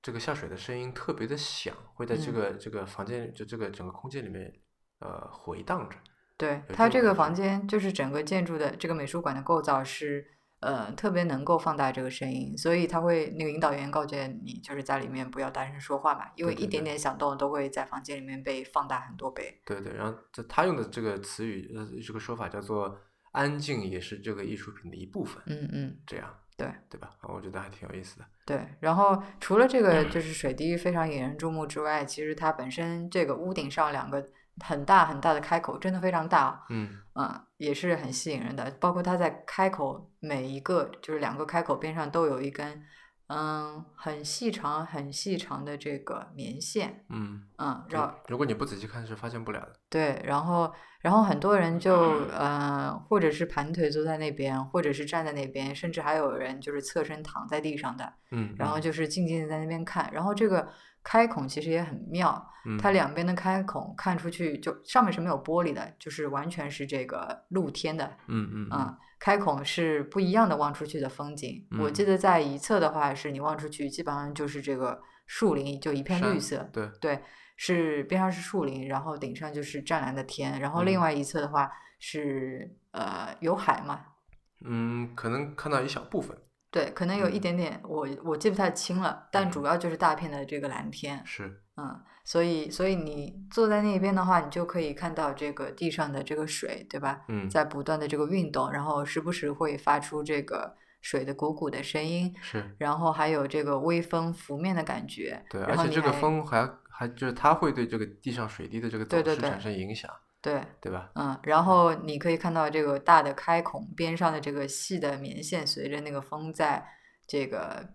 [SPEAKER 1] 这个下水的声音特别的响，会在这
[SPEAKER 2] 嗯
[SPEAKER 1] 个、这个房间就这个整个空间里面呃回荡着。
[SPEAKER 2] 对，
[SPEAKER 1] 有
[SPEAKER 2] 它
[SPEAKER 1] 这
[SPEAKER 2] 这
[SPEAKER 1] 种
[SPEAKER 2] 个
[SPEAKER 1] 感
[SPEAKER 2] 房间就是整个建筑的这个美术馆的构造是呃特别能够放大这个声音，所以他会那个引导员告诫你，就是在里面不要大声说话嘛，因为
[SPEAKER 1] 对对
[SPEAKER 2] 一点
[SPEAKER 1] 对
[SPEAKER 2] 点响动都会在房间里面被放大很多倍。
[SPEAKER 1] 对对，然后这他用的这个词语呃这个说法叫做“安静”，也是这个艺术品的一部分，
[SPEAKER 2] 嗯嗯，
[SPEAKER 1] 这样
[SPEAKER 2] 对
[SPEAKER 1] 对吧？啊我觉得还挺有意思的。
[SPEAKER 2] 对。然后除了这个就是水滴非常引人注目之外，其实它本身这个屋顶上两个很大很大的开口，真的非常大啊。
[SPEAKER 1] 嗯
[SPEAKER 2] 嗯，也是很吸引人的。包括它在开口每一个就是两个开口边上都有一根，嗯，很细长、很细长的这个棉线，
[SPEAKER 1] 嗯，
[SPEAKER 2] 嗯，
[SPEAKER 1] 如
[SPEAKER 2] 绕
[SPEAKER 1] 如果你不仔细看是发现不了的。
[SPEAKER 2] 对，然后然后很多人就
[SPEAKER 1] 嗯
[SPEAKER 2] 呃，或者是盘腿坐在那边，或者是站在那边，甚至还有人就是侧身躺在地上的，
[SPEAKER 1] 嗯，
[SPEAKER 2] 然后就是静静的在那边看。然后这个开孔其实也很妙，
[SPEAKER 1] 嗯
[SPEAKER 2] 它两边的开孔看出去就上面是没有玻璃的，就是完全是这个露天的，
[SPEAKER 1] 嗯嗯嗯
[SPEAKER 2] 啊，开孔是不一样的望出去的风景。我记
[SPEAKER 1] 嗯
[SPEAKER 2] 得在一侧的话，是你望出去基本上就是这个树林，就一片绿
[SPEAKER 1] 山
[SPEAKER 2] 色，
[SPEAKER 1] 对
[SPEAKER 2] 对，是边上是树林，然后顶上就是湛蓝的天，然后
[SPEAKER 1] 嗯
[SPEAKER 2] 另外一侧的话是呃有海嘛。
[SPEAKER 1] 嗯，可能看到一小部分
[SPEAKER 2] 对，可能有一
[SPEAKER 1] 嗯
[SPEAKER 2] 点点，我我记不太清了，但主要就是大片的这个蓝天，
[SPEAKER 1] 是
[SPEAKER 2] 嗯，所以所以你坐在那边的话，你就可以看到这个地上的这个水，对吧？
[SPEAKER 1] 嗯
[SPEAKER 2] 在不断的这个运动，然后时不时会发出这个水的汩汩的声音，
[SPEAKER 1] 是
[SPEAKER 2] 然后还有这个微风拂面的感觉。
[SPEAKER 1] 对，
[SPEAKER 2] 然
[SPEAKER 1] 而
[SPEAKER 2] 后
[SPEAKER 1] 且
[SPEAKER 2] 你
[SPEAKER 1] 这个
[SPEAKER 2] 还
[SPEAKER 1] 风还还就是它会对这个地上水滴的这个走
[SPEAKER 2] 对对
[SPEAKER 1] 势
[SPEAKER 2] 对
[SPEAKER 1] 产生影响，
[SPEAKER 2] 对，
[SPEAKER 1] 对吧？
[SPEAKER 2] 嗯，然后你可以看到这个大的开孔边上的这个细的棉线，随着那个风在这个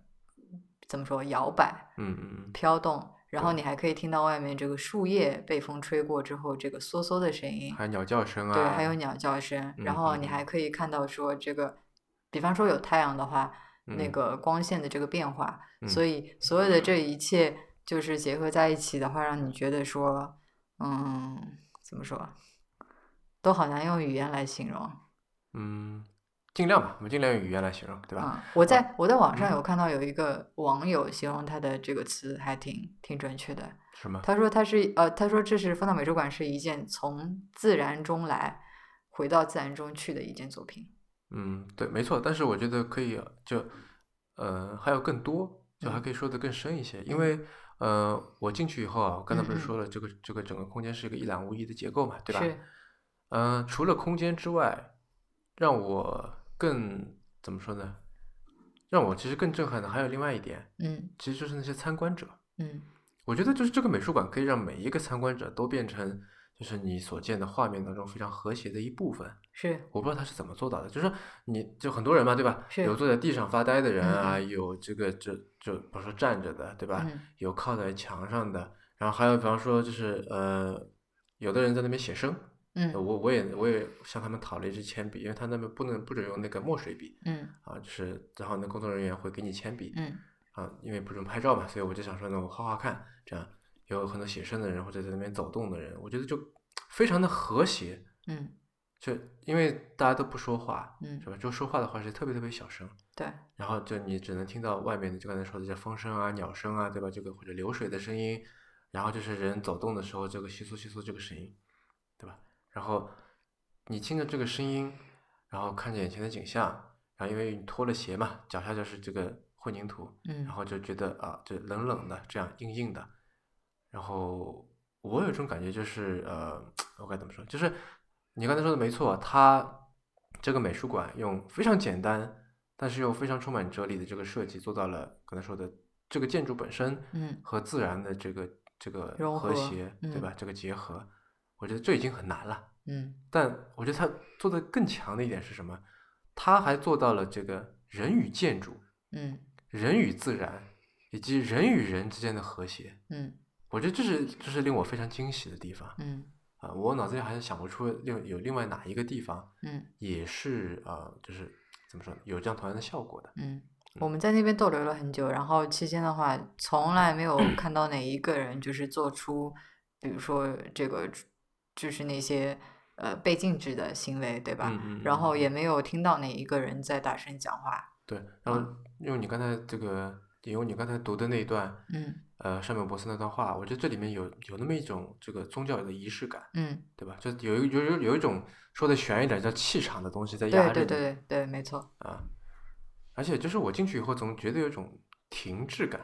[SPEAKER 2] 怎么说摇摆
[SPEAKER 1] 嗯嗯嗯，
[SPEAKER 2] 飘动，然后
[SPEAKER 1] 对
[SPEAKER 2] 你还可以听到外面这个树叶被风吹过之后这个簌簌的声音。
[SPEAKER 1] 还有鸟叫声啊，
[SPEAKER 2] 对，还有鸟叫声，
[SPEAKER 1] 嗯
[SPEAKER 2] 然后
[SPEAKER 1] 嗯
[SPEAKER 2] 你
[SPEAKER 1] 嗯
[SPEAKER 2] 还可以看到说这个，比方说有太阳的话，那
[SPEAKER 1] 嗯
[SPEAKER 2] 个光线的这个变化，所
[SPEAKER 1] 嗯
[SPEAKER 2] 以所有的这一切就是结合在一起的话，让你觉得说，嗯，怎么说，都好难用语言来形容。
[SPEAKER 1] 嗯，尽量吧，我们尽量用语言来形容，对吧？嗯
[SPEAKER 2] 嗯，我在我在网上有看到有一个网友形容他的这个词还挺挺准确的，
[SPEAKER 1] 是吗？
[SPEAKER 2] 他说他是呃，他说这是风岛美术馆是一件从自然中来回到自然中去的一件作品。
[SPEAKER 1] 嗯，对，没错。但是我觉得可以就，呃，还有更多，就还
[SPEAKER 2] 嗯
[SPEAKER 1] 可以说的更深一些，因为呃，我进去以后啊，我刚才不
[SPEAKER 2] 嗯
[SPEAKER 1] 是
[SPEAKER 2] 嗯
[SPEAKER 1] 说了，这个这个整个空间是一个一览无遗的结构嘛，对吧？
[SPEAKER 2] 是，
[SPEAKER 1] 嗯、除了空间之外，让我更怎么说呢？让我其实更震撼的还有另外一点，
[SPEAKER 2] 嗯
[SPEAKER 1] 其实就是那些参观者。
[SPEAKER 2] 嗯
[SPEAKER 1] 我觉得就是这个美术馆可以让每一个参观者都变成，就是你所见的画面当中非常和谐的一部分。
[SPEAKER 2] 是，
[SPEAKER 1] 我不知道他是怎么做到的，就是你就很多人嘛，对吧？
[SPEAKER 2] 是
[SPEAKER 1] 有坐在地上发呆的人啊，
[SPEAKER 2] 嗯
[SPEAKER 1] 有这个这就不说站着的，对吧？
[SPEAKER 2] 嗯
[SPEAKER 1] 有靠在墙上的，然后还有比方说就是呃，有的人在那边写生，我
[SPEAKER 2] 嗯
[SPEAKER 1] 我也我也向他们讨了一支铅笔，因为他那边不能不准用那个墨水笔
[SPEAKER 2] 嗯
[SPEAKER 1] 啊，就是然后那工作人员会给你铅笔，
[SPEAKER 2] 嗯
[SPEAKER 1] 啊，因为不准拍照嘛，所以我就想说呢，我画画看，这样有很多写生的人或者在那边走动的人，我觉得就非常的和谐，
[SPEAKER 2] 嗯
[SPEAKER 1] 就因为大家都不说话，
[SPEAKER 2] 嗯
[SPEAKER 1] 是，吧？就说话的话是特别特别小声，
[SPEAKER 2] 对，
[SPEAKER 1] 然后就你只能听到外面的，就刚才说的这风声啊、鸟声啊，对吧？这个或者流水的声音，然后就是人走动的时候这个窸窣窸窣这个声音，对吧？然后你听着这个声音，然后看着眼前的景象，然后因为你脱了鞋嘛，脚下就是这个混凝土，
[SPEAKER 2] 嗯
[SPEAKER 1] 然后就觉得啊，这冷冷的，这样硬硬的。然后我有一种感觉，就是呃，我该怎么说？就是你刚才说的没错，它这个美术馆用非常简单，但是又非常充满哲理的这个设计，做到了刚才说的这个建筑本身
[SPEAKER 2] 嗯
[SPEAKER 1] 和自然的这个这个
[SPEAKER 2] 融
[SPEAKER 1] 和
[SPEAKER 2] 合
[SPEAKER 1] 谐，对吧？这个结合，我觉得这已经很难了。
[SPEAKER 2] 嗯
[SPEAKER 1] 但我觉得他做的更强的一点是什么？他还做到了这个人与建筑、
[SPEAKER 2] 嗯
[SPEAKER 1] 人与自然以及人与人之间的和谐。
[SPEAKER 2] 嗯
[SPEAKER 1] 我觉得这是这是令我非常惊喜的地方
[SPEAKER 2] 嗯
[SPEAKER 1] 啊、我脑子里好像想不出另有另外哪一个地方
[SPEAKER 2] 嗯
[SPEAKER 1] 也是啊、呃就是怎么说呢，有这样同样的效果的。
[SPEAKER 2] 嗯，我们在那边逗留了很久，然后期间的话，从来没有
[SPEAKER 1] 嗯
[SPEAKER 2] 看到哪一个人就是做出，比如说这个就是那些呃被禁止的行为，对吧？
[SPEAKER 1] 嗯嗯。
[SPEAKER 2] 然后
[SPEAKER 1] 嗯
[SPEAKER 2] 也没有听到哪一个人在大声讲话。
[SPEAKER 1] 对，然后
[SPEAKER 2] 嗯
[SPEAKER 1] 用你刚才这个引用你刚才读的那一段，
[SPEAKER 2] 嗯
[SPEAKER 1] 呃，山本博斯那段话，我觉得这里面有有那么一种这个宗教的仪式感，
[SPEAKER 2] 嗯，
[SPEAKER 1] 对吧？就有一有有有一种说的悬一点叫气场的东西在压
[SPEAKER 2] 嗯
[SPEAKER 1] 着
[SPEAKER 2] 对对
[SPEAKER 1] 你，
[SPEAKER 2] 对对，没错。
[SPEAKER 1] 而且就是我进去以后总觉得有一种停滞感，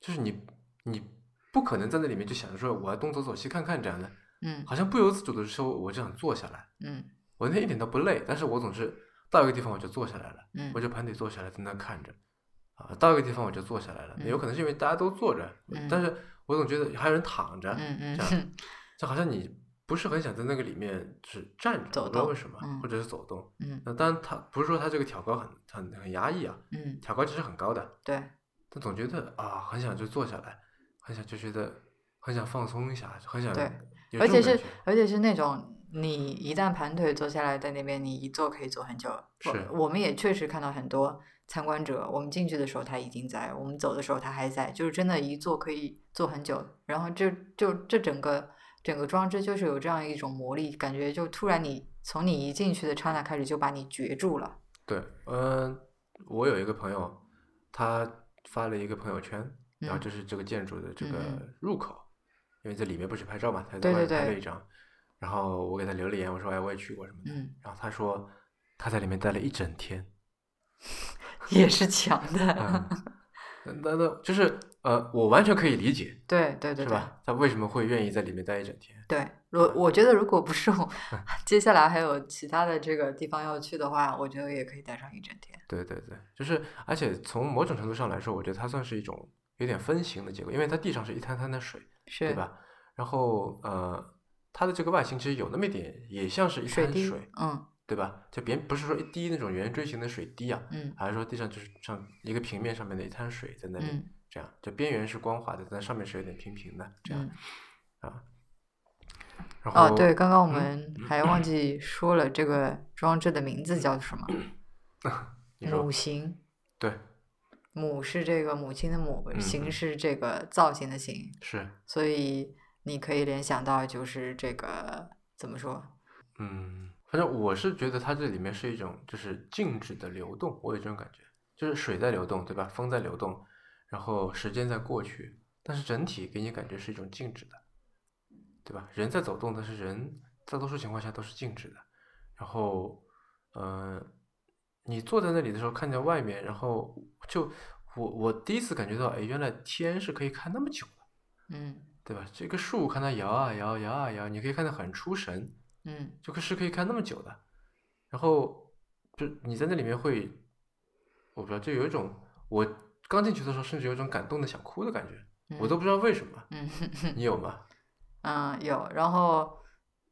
[SPEAKER 1] 就是你你不可能在那里面就想着说我要东走走西看看这样的，
[SPEAKER 2] 嗯
[SPEAKER 1] 好像不由自主的时候我就想坐下来，
[SPEAKER 2] 嗯
[SPEAKER 1] 我那天一点都不累，但是我总是到一个地方我就坐下来了。
[SPEAKER 2] 嗯
[SPEAKER 1] 我就盘腿坐下来在那看着，啊，到一个地方我就坐下来了。有可能是因为大家都坐着，
[SPEAKER 2] 嗯
[SPEAKER 1] 但是我总觉得还有人躺着，
[SPEAKER 2] 嗯嗯
[SPEAKER 1] 这样，就好像你不是很想在那个里面就是站着，
[SPEAKER 2] 走
[SPEAKER 1] 我不知道
[SPEAKER 2] 动
[SPEAKER 1] 为什么，
[SPEAKER 2] 嗯
[SPEAKER 1] 或者是走动。
[SPEAKER 2] 嗯
[SPEAKER 1] 那当然他不是说他这个挑高很很很压抑啊，
[SPEAKER 2] 嗯，
[SPEAKER 1] 挑高其实很高的，
[SPEAKER 2] 对，
[SPEAKER 1] 但总觉得啊，很想就坐下来，很想就觉得很想放松一下，很想
[SPEAKER 2] 对
[SPEAKER 1] 有
[SPEAKER 2] 而
[SPEAKER 1] 这种
[SPEAKER 2] 且
[SPEAKER 1] 感
[SPEAKER 2] 是
[SPEAKER 1] 觉。
[SPEAKER 2] 而且是那种你一旦盘腿坐下来在那边，你一坐可以坐很久。
[SPEAKER 1] 是
[SPEAKER 2] 我我们也确实看到很多参观者，我们进去的时候他已经在，我们走的时候他还在，就是真的，一坐可以坐很久。然后这就这整个整个装置就是有这样一种魔力，感觉就突然你从你一进去的刹那开始就把你攫住了。
[SPEAKER 1] 对，嗯、我有一个朋友，他发了一个朋友圈，然后
[SPEAKER 2] 嗯
[SPEAKER 1] 就是这个建筑的这个
[SPEAKER 2] 嗯嗯
[SPEAKER 1] 入口，因为这里面不是拍照嘛，他在
[SPEAKER 2] 对
[SPEAKER 1] 外面
[SPEAKER 2] 对
[SPEAKER 1] 拍了
[SPEAKER 2] 对
[SPEAKER 1] 一张，然后我给他留了言，我说哎我也去过什么的，
[SPEAKER 2] 嗯，
[SPEAKER 1] 然后他说他在里面待了一整天，
[SPEAKER 2] 也是强的。
[SPEAKER 1] 嗯那那那就是呃，我完全可以理解，
[SPEAKER 2] 对对对
[SPEAKER 1] 是
[SPEAKER 2] 对。
[SPEAKER 1] 吧？他为什么会愿意在里面待一整天？
[SPEAKER 2] 对，我我觉得如果不是我 接下来还有其他的这个地方要去的话，我觉得也可以待上一整天。
[SPEAKER 1] 对对对，就是而且从某种程度上来说，我觉得它算是一种有点分型的结构，因为它地上是一滩滩的水，
[SPEAKER 2] 是，
[SPEAKER 1] 对吧？然后呃，它的这个外形其实有那么一点，也像是一
[SPEAKER 2] 水
[SPEAKER 1] 滩
[SPEAKER 2] 滴，
[SPEAKER 1] 水
[SPEAKER 2] 嗯
[SPEAKER 1] 对吧？就别不是说一滴那种圆锥形的水滴啊，
[SPEAKER 2] 嗯
[SPEAKER 1] 而是说地上就是像一个平面上面的一滩水在那里，
[SPEAKER 2] 嗯
[SPEAKER 1] 这样就边缘是光滑的，但上面是有点平平的这样。
[SPEAKER 2] 嗯。
[SPEAKER 1] 然后
[SPEAKER 2] 哦，对，，刚刚我
[SPEAKER 1] 嗯
[SPEAKER 2] 们还忘记说了这个装置的名字叫什么？
[SPEAKER 1] 你说
[SPEAKER 2] 母形，
[SPEAKER 1] 对
[SPEAKER 2] 母是这个母亲的母，
[SPEAKER 1] 嗯
[SPEAKER 2] 形
[SPEAKER 1] 嗯
[SPEAKER 2] 是这个造型的形，
[SPEAKER 1] 是，
[SPEAKER 2] 所以你可以联想到就是这个怎么说？
[SPEAKER 1] 嗯，反正我是觉得它这里面是一种就是静止的流动，我有这种感觉，就是水在流动，对吧？风在流动，然后时间在过去，但是整体给你感觉是一种静止的，对吧？人在走动，但是人大多数情况下都是静止的。然后，呃，你坐在那里的时候看见外面，然后就我我第一次感觉到，哎，原来天是可以看那么久的，
[SPEAKER 2] 嗯
[SPEAKER 1] 对吧？这个树看它摇啊摇，摇啊摇，你可以看得很出神。
[SPEAKER 2] 嗯
[SPEAKER 1] 这个是可以看那么久的。然后就你在那里面会，我不知道，就有一种我刚进去的时候，甚至有一种感动的想哭的感觉，
[SPEAKER 2] 嗯，
[SPEAKER 1] 我都不知道为什么。
[SPEAKER 2] 嗯。
[SPEAKER 1] 你有吗？
[SPEAKER 2] 嗯，有。然后，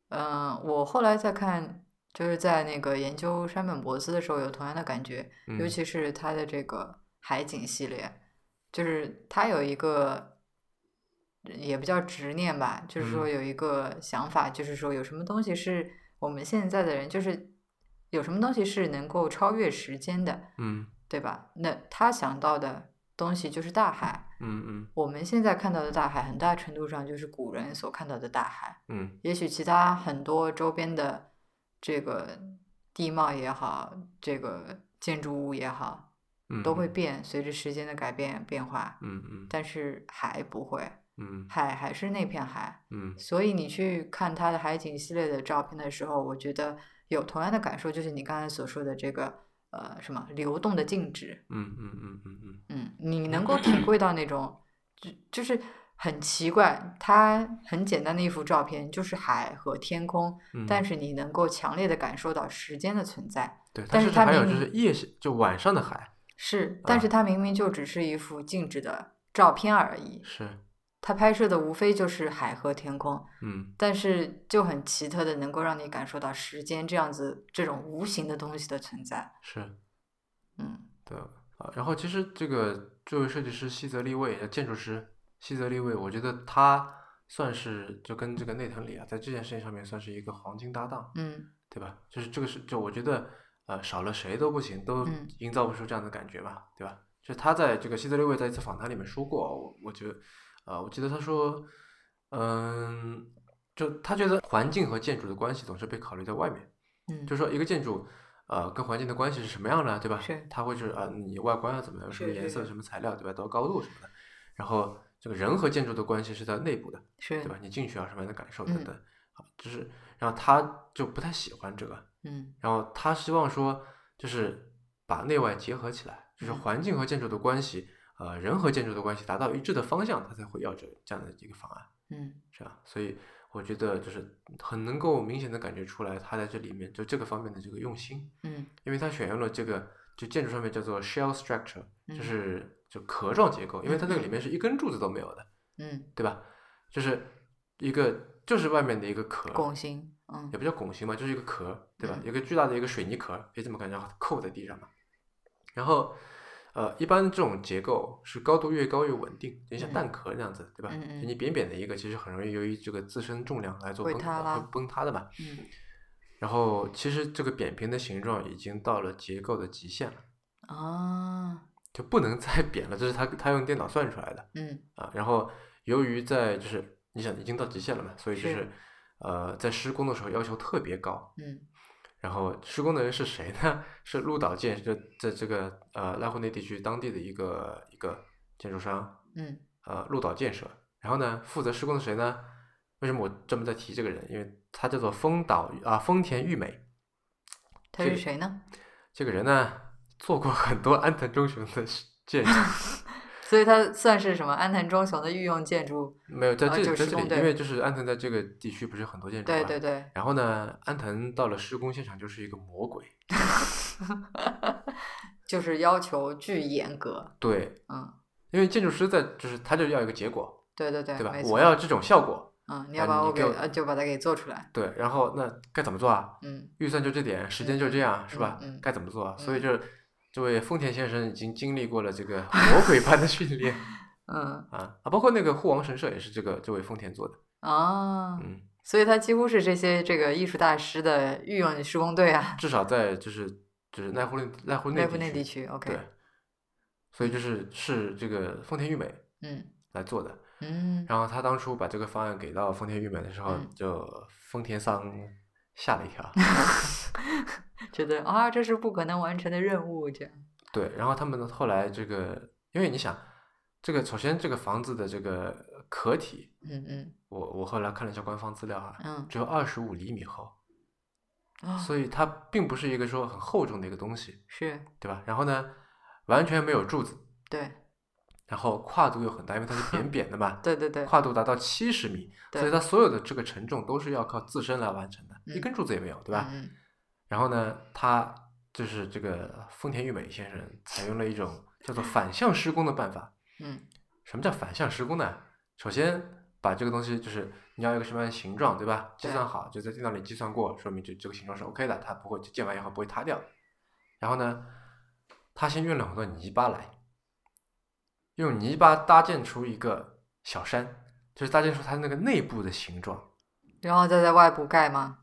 [SPEAKER 2] 嗯，我后来在看，就是在那个研究山本博斯的时候，有同样的感觉，
[SPEAKER 1] 嗯
[SPEAKER 2] 尤其是他的这个海景系列，就是他有一个呃也不叫执念吧，就是说
[SPEAKER 1] 嗯
[SPEAKER 2] 有一个想法，就是说有什么东西是我们现在的人，就是有什么东西是能够超越时间的，
[SPEAKER 1] 嗯
[SPEAKER 2] 对吧？那他想到的东西就是大海。
[SPEAKER 1] 嗯嗯
[SPEAKER 2] 我们现在看到的大海，很大程度上就是古人所看到的大海。
[SPEAKER 1] 嗯
[SPEAKER 2] 也许其他很多周边的这个地貌也好，这个建筑物也好，
[SPEAKER 1] 嗯，
[SPEAKER 2] 都会变，随着时间的改变变化。
[SPEAKER 1] 嗯。嗯
[SPEAKER 2] 但是海不会，
[SPEAKER 1] 嗯
[SPEAKER 2] 海还是那片海。
[SPEAKER 1] 嗯
[SPEAKER 2] 所以你去看它的海景系列的照片的时候，我觉得有同样的感受，就是你刚才所说的这个呃什么流动的静止，
[SPEAKER 1] 嗯嗯嗯嗯嗯，
[SPEAKER 2] 嗯，你能够体会到那种就就是。很奇怪，它很简单的一幅照片，就是海和天空，
[SPEAKER 1] 嗯
[SPEAKER 2] 但是你能够强烈的感受到时间的存在，
[SPEAKER 1] 对，它
[SPEAKER 2] 但是
[SPEAKER 1] 甚至
[SPEAKER 2] 它
[SPEAKER 1] 还有
[SPEAKER 2] 明
[SPEAKER 1] 就是夜是就晚上的海，
[SPEAKER 2] 是，但是
[SPEAKER 1] 啊
[SPEAKER 2] 它明明就只是一幅静止的照片而已。
[SPEAKER 1] 是，
[SPEAKER 2] 它拍摄的无非就是海和天空，
[SPEAKER 1] 嗯
[SPEAKER 2] 但是就很奇特的能够让你感受到时间这样子这种无形的东西的存在。
[SPEAKER 1] 是。
[SPEAKER 2] 嗯
[SPEAKER 1] 对啊，然后其实这个作为设计师西泽立卫，呃建筑师西泽立卫，我觉得他算是就跟这个内藤里啊，在这件事情上面算是一个黄金搭档，
[SPEAKER 2] 嗯
[SPEAKER 1] 对吧？就是这个是就我觉得呃少了谁都不行，都
[SPEAKER 2] 嗯
[SPEAKER 1] 营造不出这样的感觉吧，对吧？就他在这个西泽立卫在一次访谈里面说过，我我觉得呃，我记得他说，嗯，就他觉得环境和建筑的关系总是被考虑在外面。
[SPEAKER 2] 嗯，
[SPEAKER 1] 就是说一个建筑，呃，跟环境的关系是什么样的，啊对吧？
[SPEAKER 2] 是
[SPEAKER 1] 它会是啊、呃你外观啊怎么样，什么
[SPEAKER 2] 是
[SPEAKER 1] 颜
[SPEAKER 2] 是
[SPEAKER 1] 色、
[SPEAKER 2] 是
[SPEAKER 1] 什么材料，对吧？多少高度什么的。然后这个人和建筑的关系是在内部的，
[SPEAKER 2] 是
[SPEAKER 1] 对吧？你进去啊什么样的感受
[SPEAKER 2] 嗯
[SPEAKER 1] 等等，啊，就是然后他就不太喜欢这个，
[SPEAKER 2] 嗯
[SPEAKER 1] 然后他希望说就是把内外结合起来，就是
[SPEAKER 2] 嗯
[SPEAKER 1] 环境和建筑的关系，呃，人和建筑的关系达到一致的方向，他才会要这这样的一个方案。
[SPEAKER 2] 嗯
[SPEAKER 1] 这样，所以我觉得就是很能够明显的感觉出来，他在这里面就这个方面的这个用心，
[SPEAKER 2] 嗯
[SPEAKER 1] 因为他选用了这个就建筑上面叫做 shell structure，
[SPEAKER 2] 嗯
[SPEAKER 1] 就是就壳状结构，因为它那个里
[SPEAKER 2] 嗯嗯
[SPEAKER 1] 面是一根柱子都没有的，
[SPEAKER 2] 嗯，
[SPEAKER 1] 对吧？就是一个就是外面的一个壳，
[SPEAKER 2] 拱形，嗯
[SPEAKER 1] 也不叫拱形嘛，就是一个壳，对吧？
[SPEAKER 2] 嗯
[SPEAKER 1] 一个巨大的一个水泥壳，可以这么看，然后扣在地上嘛。然后，呃，一般这种结构是高度越高越稳定，就像
[SPEAKER 2] 嗯
[SPEAKER 1] 蛋壳那样子，对吧？
[SPEAKER 2] 嗯嗯
[SPEAKER 1] 就你扁扁的一个，其实很容易由于这个自身重量来做
[SPEAKER 2] 会
[SPEAKER 1] 崩
[SPEAKER 2] 塌啦
[SPEAKER 1] 会崩塌的嘛。
[SPEAKER 2] 嗯
[SPEAKER 1] 然后，其实这个扁平的形状已经到了结构的极限了，
[SPEAKER 2] 啊，
[SPEAKER 1] 就不能再 扁了，这是他他用电脑算出来的。
[SPEAKER 2] 嗯
[SPEAKER 1] 啊，然后由于在就是你想已经到极限了嘛，所以就是是呃在施工的时候要求特别高。
[SPEAKER 2] 嗯
[SPEAKER 1] 然后施工的人是谁呢？ 是鹿岛建设在这个呃濑户内地区当地的一个一个建筑商，
[SPEAKER 2] 嗯
[SPEAKER 1] 呃鹿岛建设。然后呢，负责施工的谁呢？为什么我专门在提这个人？因为他叫做丰岛啊丰田裕美。
[SPEAKER 2] 他
[SPEAKER 1] 这
[SPEAKER 2] 是
[SPEAKER 1] 个
[SPEAKER 2] 谁呢？
[SPEAKER 1] 这个人呢，做过很多安藤忠雄的建 筑，
[SPEAKER 2] 所以他算是什么安藤忠雄的御用建筑？
[SPEAKER 1] 没有在
[SPEAKER 2] 啊
[SPEAKER 1] 这里、
[SPEAKER 2] 就是
[SPEAKER 1] 在
[SPEAKER 2] 施
[SPEAKER 1] 这
[SPEAKER 2] 工
[SPEAKER 1] 里，
[SPEAKER 2] 队
[SPEAKER 1] 因为就是安藤在这个地区不是很多建筑
[SPEAKER 2] 对
[SPEAKER 1] 嘛。
[SPEAKER 2] 对对，
[SPEAKER 1] 然后呢，安藤到了施工现场就是一个魔鬼，
[SPEAKER 2] 就是要求巨严格，
[SPEAKER 1] 对，
[SPEAKER 2] 嗯，
[SPEAKER 1] 因为建筑师在就是他就要一个结果，
[SPEAKER 2] 对对对，
[SPEAKER 1] 对吧
[SPEAKER 2] 没？错
[SPEAKER 1] 我要这种效果，
[SPEAKER 2] 嗯，你
[SPEAKER 1] 啊
[SPEAKER 2] 要把
[SPEAKER 1] 你
[SPEAKER 2] 我
[SPEAKER 1] 给
[SPEAKER 2] 给
[SPEAKER 1] 我
[SPEAKER 2] 呃就把它给做出来，
[SPEAKER 1] 对，然后那该怎么做啊？
[SPEAKER 2] 嗯
[SPEAKER 1] 预算就这点，时间就这样，是吧？
[SPEAKER 2] 嗯嗯
[SPEAKER 1] 该怎么做啊？所以
[SPEAKER 2] 嗯
[SPEAKER 1] 就是这位丰田先生已经经历过了这个魔鬼般的训练
[SPEAKER 2] 嗯
[SPEAKER 1] 啊啊，包括那个护王神社也是这个这位丰田做的，
[SPEAKER 2] 啊，
[SPEAKER 1] 嗯，
[SPEAKER 2] 所以他几乎是这些这个艺术大师的御用施工队啊，
[SPEAKER 1] 至少在就是就是濑户内濑户 内
[SPEAKER 2] 内部内地区
[SPEAKER 1] 对
[SPEAKER 2] ，OK，，
[SPEAKER 1] 所以就是是这个丰田裕美
[SPEAKER 2] 嗯
[SPEAKER 1] 来做的。
[SPEAKER 2] 嗯
[SPEAKER 1] 然后他当初把这个方案给到丰田裕美的时候，
[SPEAKER 2] 嗯
[SPEAKER 1] 就丰田桑吓了一跳。
[SPEAKER 2] 觉得啊这是不可能完成的任务，这样，
[SPEAKER 1] 对，然后他们后来这个，因为你想，这个首先这个房子的这个壳体，
[SPEAKER 2] 嗯嗯
[SPEAKER 1] 我我后来看了一下官方资料哈，
[SPEAKER 2] 嗯
[SPEAKER 1] 只有二十五厘米厚，
[SPEAKER 2] 啊
[SPEAKER 1] 所以它并不是一个说很厚重的一个东西，
[SPEAKER 2] 是
[SPEAKER 1] 对吧？然后呢，完全没有柱子，
[SPEAKER 2] 对
[SPEAKER 1] 然后跨度又很大，因为它是扁扁的嘛，
[SPEAKER 2] 对对 对，
[SPEAKER 1] 跨度达到七十米，所以
[SPEAKER 2] 对
[SPEAKER 1] 它所有的这个承重都是要靠自身来完成的，一
[SPEAKER 2] 嗯
[SPEAKER 1] 根柱子也没有，对吧？
[SPEAKER 2] 嗯嗯
[SPEAKER 1] 然后呢，他就是这个丰田裕美先生采用了一种叫做反向施工的办法。
[SPEAKER 2] 嗯
[SPEAKER 1] 什么叫反向施工呢？首先把这个东西就是你要有一个什么样的形状，对吧？计
[SPEAKER 2] 对
[SPEAKER 1] 算好，就在电脑里计算过，说明这这个形状是 OK 的，它不会建完以后不会塌掉。然后呢，他先运了很多泥巴来，用泥巴搭建出一个小山，就是搭建出它那个内部的形状。
[SPEAKER 2] 然后再在外部盖嘛，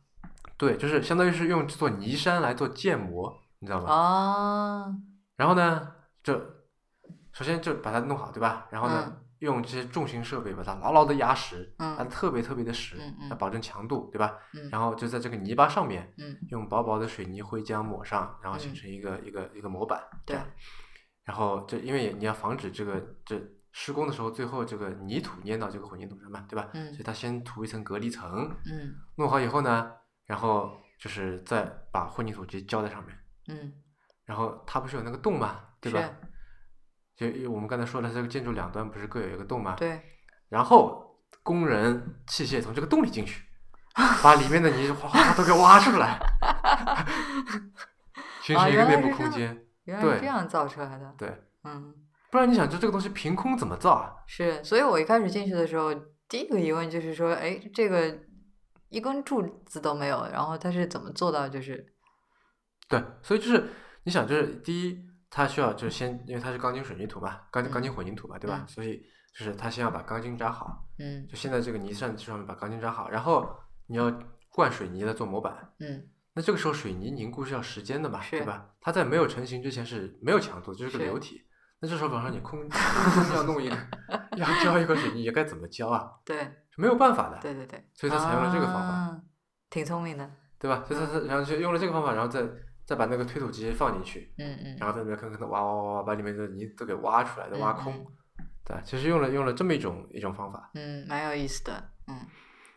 [SPEAKER 1] 对，就是相当于是用这座泥山来做建模，你知道吗？
[SPEAKER 2] 啊
[SPEAKER 1] 然后呢，就首先就把它弄好，对吧？然后呢，
[SPEAKER 2] 嗯
[SPEAKER 1] 用这些重型设备把它牢牢的压实，
[SPEAKER 2] 嗯
[SPEAKER 1] 压得特别特别的实
[SPEAKER 2] 嗯，嗯
[SPEAKER 1] 要保证强度，对吧？
[SPEAKER 2] 嗯
[SPEAKER 1] 然后就在这个泥巴上面
[SPEAKER 2] 嗯
[SPEAKER 1] 用薄薄的水泥灰浆抹上，然后形
[SPEAKER 2] 嗯
[SPEAKER 1] 成一个、一个一个模板。这
[SPEAKER 2] 对
[SPEAKER 1] 样，然后就因为也你要防止这个这施工的时候，最后这个泥土粘到这个混凝土上嘛，对吧？
[SPEAKER 2] 嗯
[SPEAKER 1] 所以它先涂一层隔离层，
[SPEAKER 2] 嗯
[SPEAKER 1] 弄好以后呢，然后就是再把混凝土直接浇在上面。
[SPEAKER 2] 嗯
[SPEAKER 1] 然后它不是有那个洞嘛，对吧
[SPEAKER 2] 是？
[SPEAKER 1] 就因为我们刚才说了，这个建筑两端不是各有一个洞嘛？。
[SPEAKER 2] 对
[SPEAKER 1] 然后工人器械从这个洞里进去，把里面的泥哗哗哗都给挖出来， 形
[SPEAKER 2] 啊
[SPEAKER 1] 成一个
[SPEAKER 2] 原来
[SPEAKER 1] 内部
[SPEAKER 2] 是这
[SPEAKER 1] 空
[SPEAKER 2] 样
[SPEAKER 1] 间。
[SPEAKER 2] 原来
[SPEAKER 1] 对
[SPEAKER 2] 是这样造出来的，
[SPEAKER 1] 对，
[SPEAKER 2] 嗯
[SPEAKER 1] 不然你想，这这个东西凭空怎么造啊？
[SPEAKER 2] 是，所以我一开始进去的时候，第一个疑问就是说，哎，这个一根柱子都没有，然后它是怎么做到就是
[SPEAKER 1] 对，所以就是你想，就是第一，它需要就是先，因为它是钢筋水泥土嘛，钢筋钢筋混凝土嘛，对吧？
[SPEAKER 2] 嗯
[SPEAKER 1] 所以就是它先要把钢筋扎好，
[SPEAKER 2] 嗯
[SPEAKER 1] 就现在这个泥上上面把钢筋扎好，然后你要灌水泥来做模板。
[SPEAKER 2] 嗯
[SPEAKER 1] 那这个时候水泥凝固是要时间的嘛，
[SPEAKER 2] 是
[SPEAKER 1] 对吧？它在没有成型之前是没有强度，就是个
[SPEAKER 2] 是嗯
[SPEAKER 1] 流体。那这时候晚上你空 空中要弄一个，要浇一块水泥，也该怎么浇啊？
[SPEAKER 2] 对
[SPEAKER 1] 是没有办法的，
[SPEAKER 2] 对对对，
[SPEAKER 1] 所以他采用了这个方法，
[SPEAKER 2] 啊嗯挺聪明的，
[SPEAKER 1] 对吧？所以他他然后就用了这个方法，然后再再把那个推土机放进去，
[SPEAKER 2] 嗯嗯，
[SPEAKER 1] 然后在里面坑坑的挖挖挖挖，把里面的泥都给挖出来，都挖空，
[SPEAKER 2] 嗯
[SPEAKER 1] 对吧，其实用了用了这么一种一种方法
[SPEAKER 2] 嗯，蛮有意思的，嗯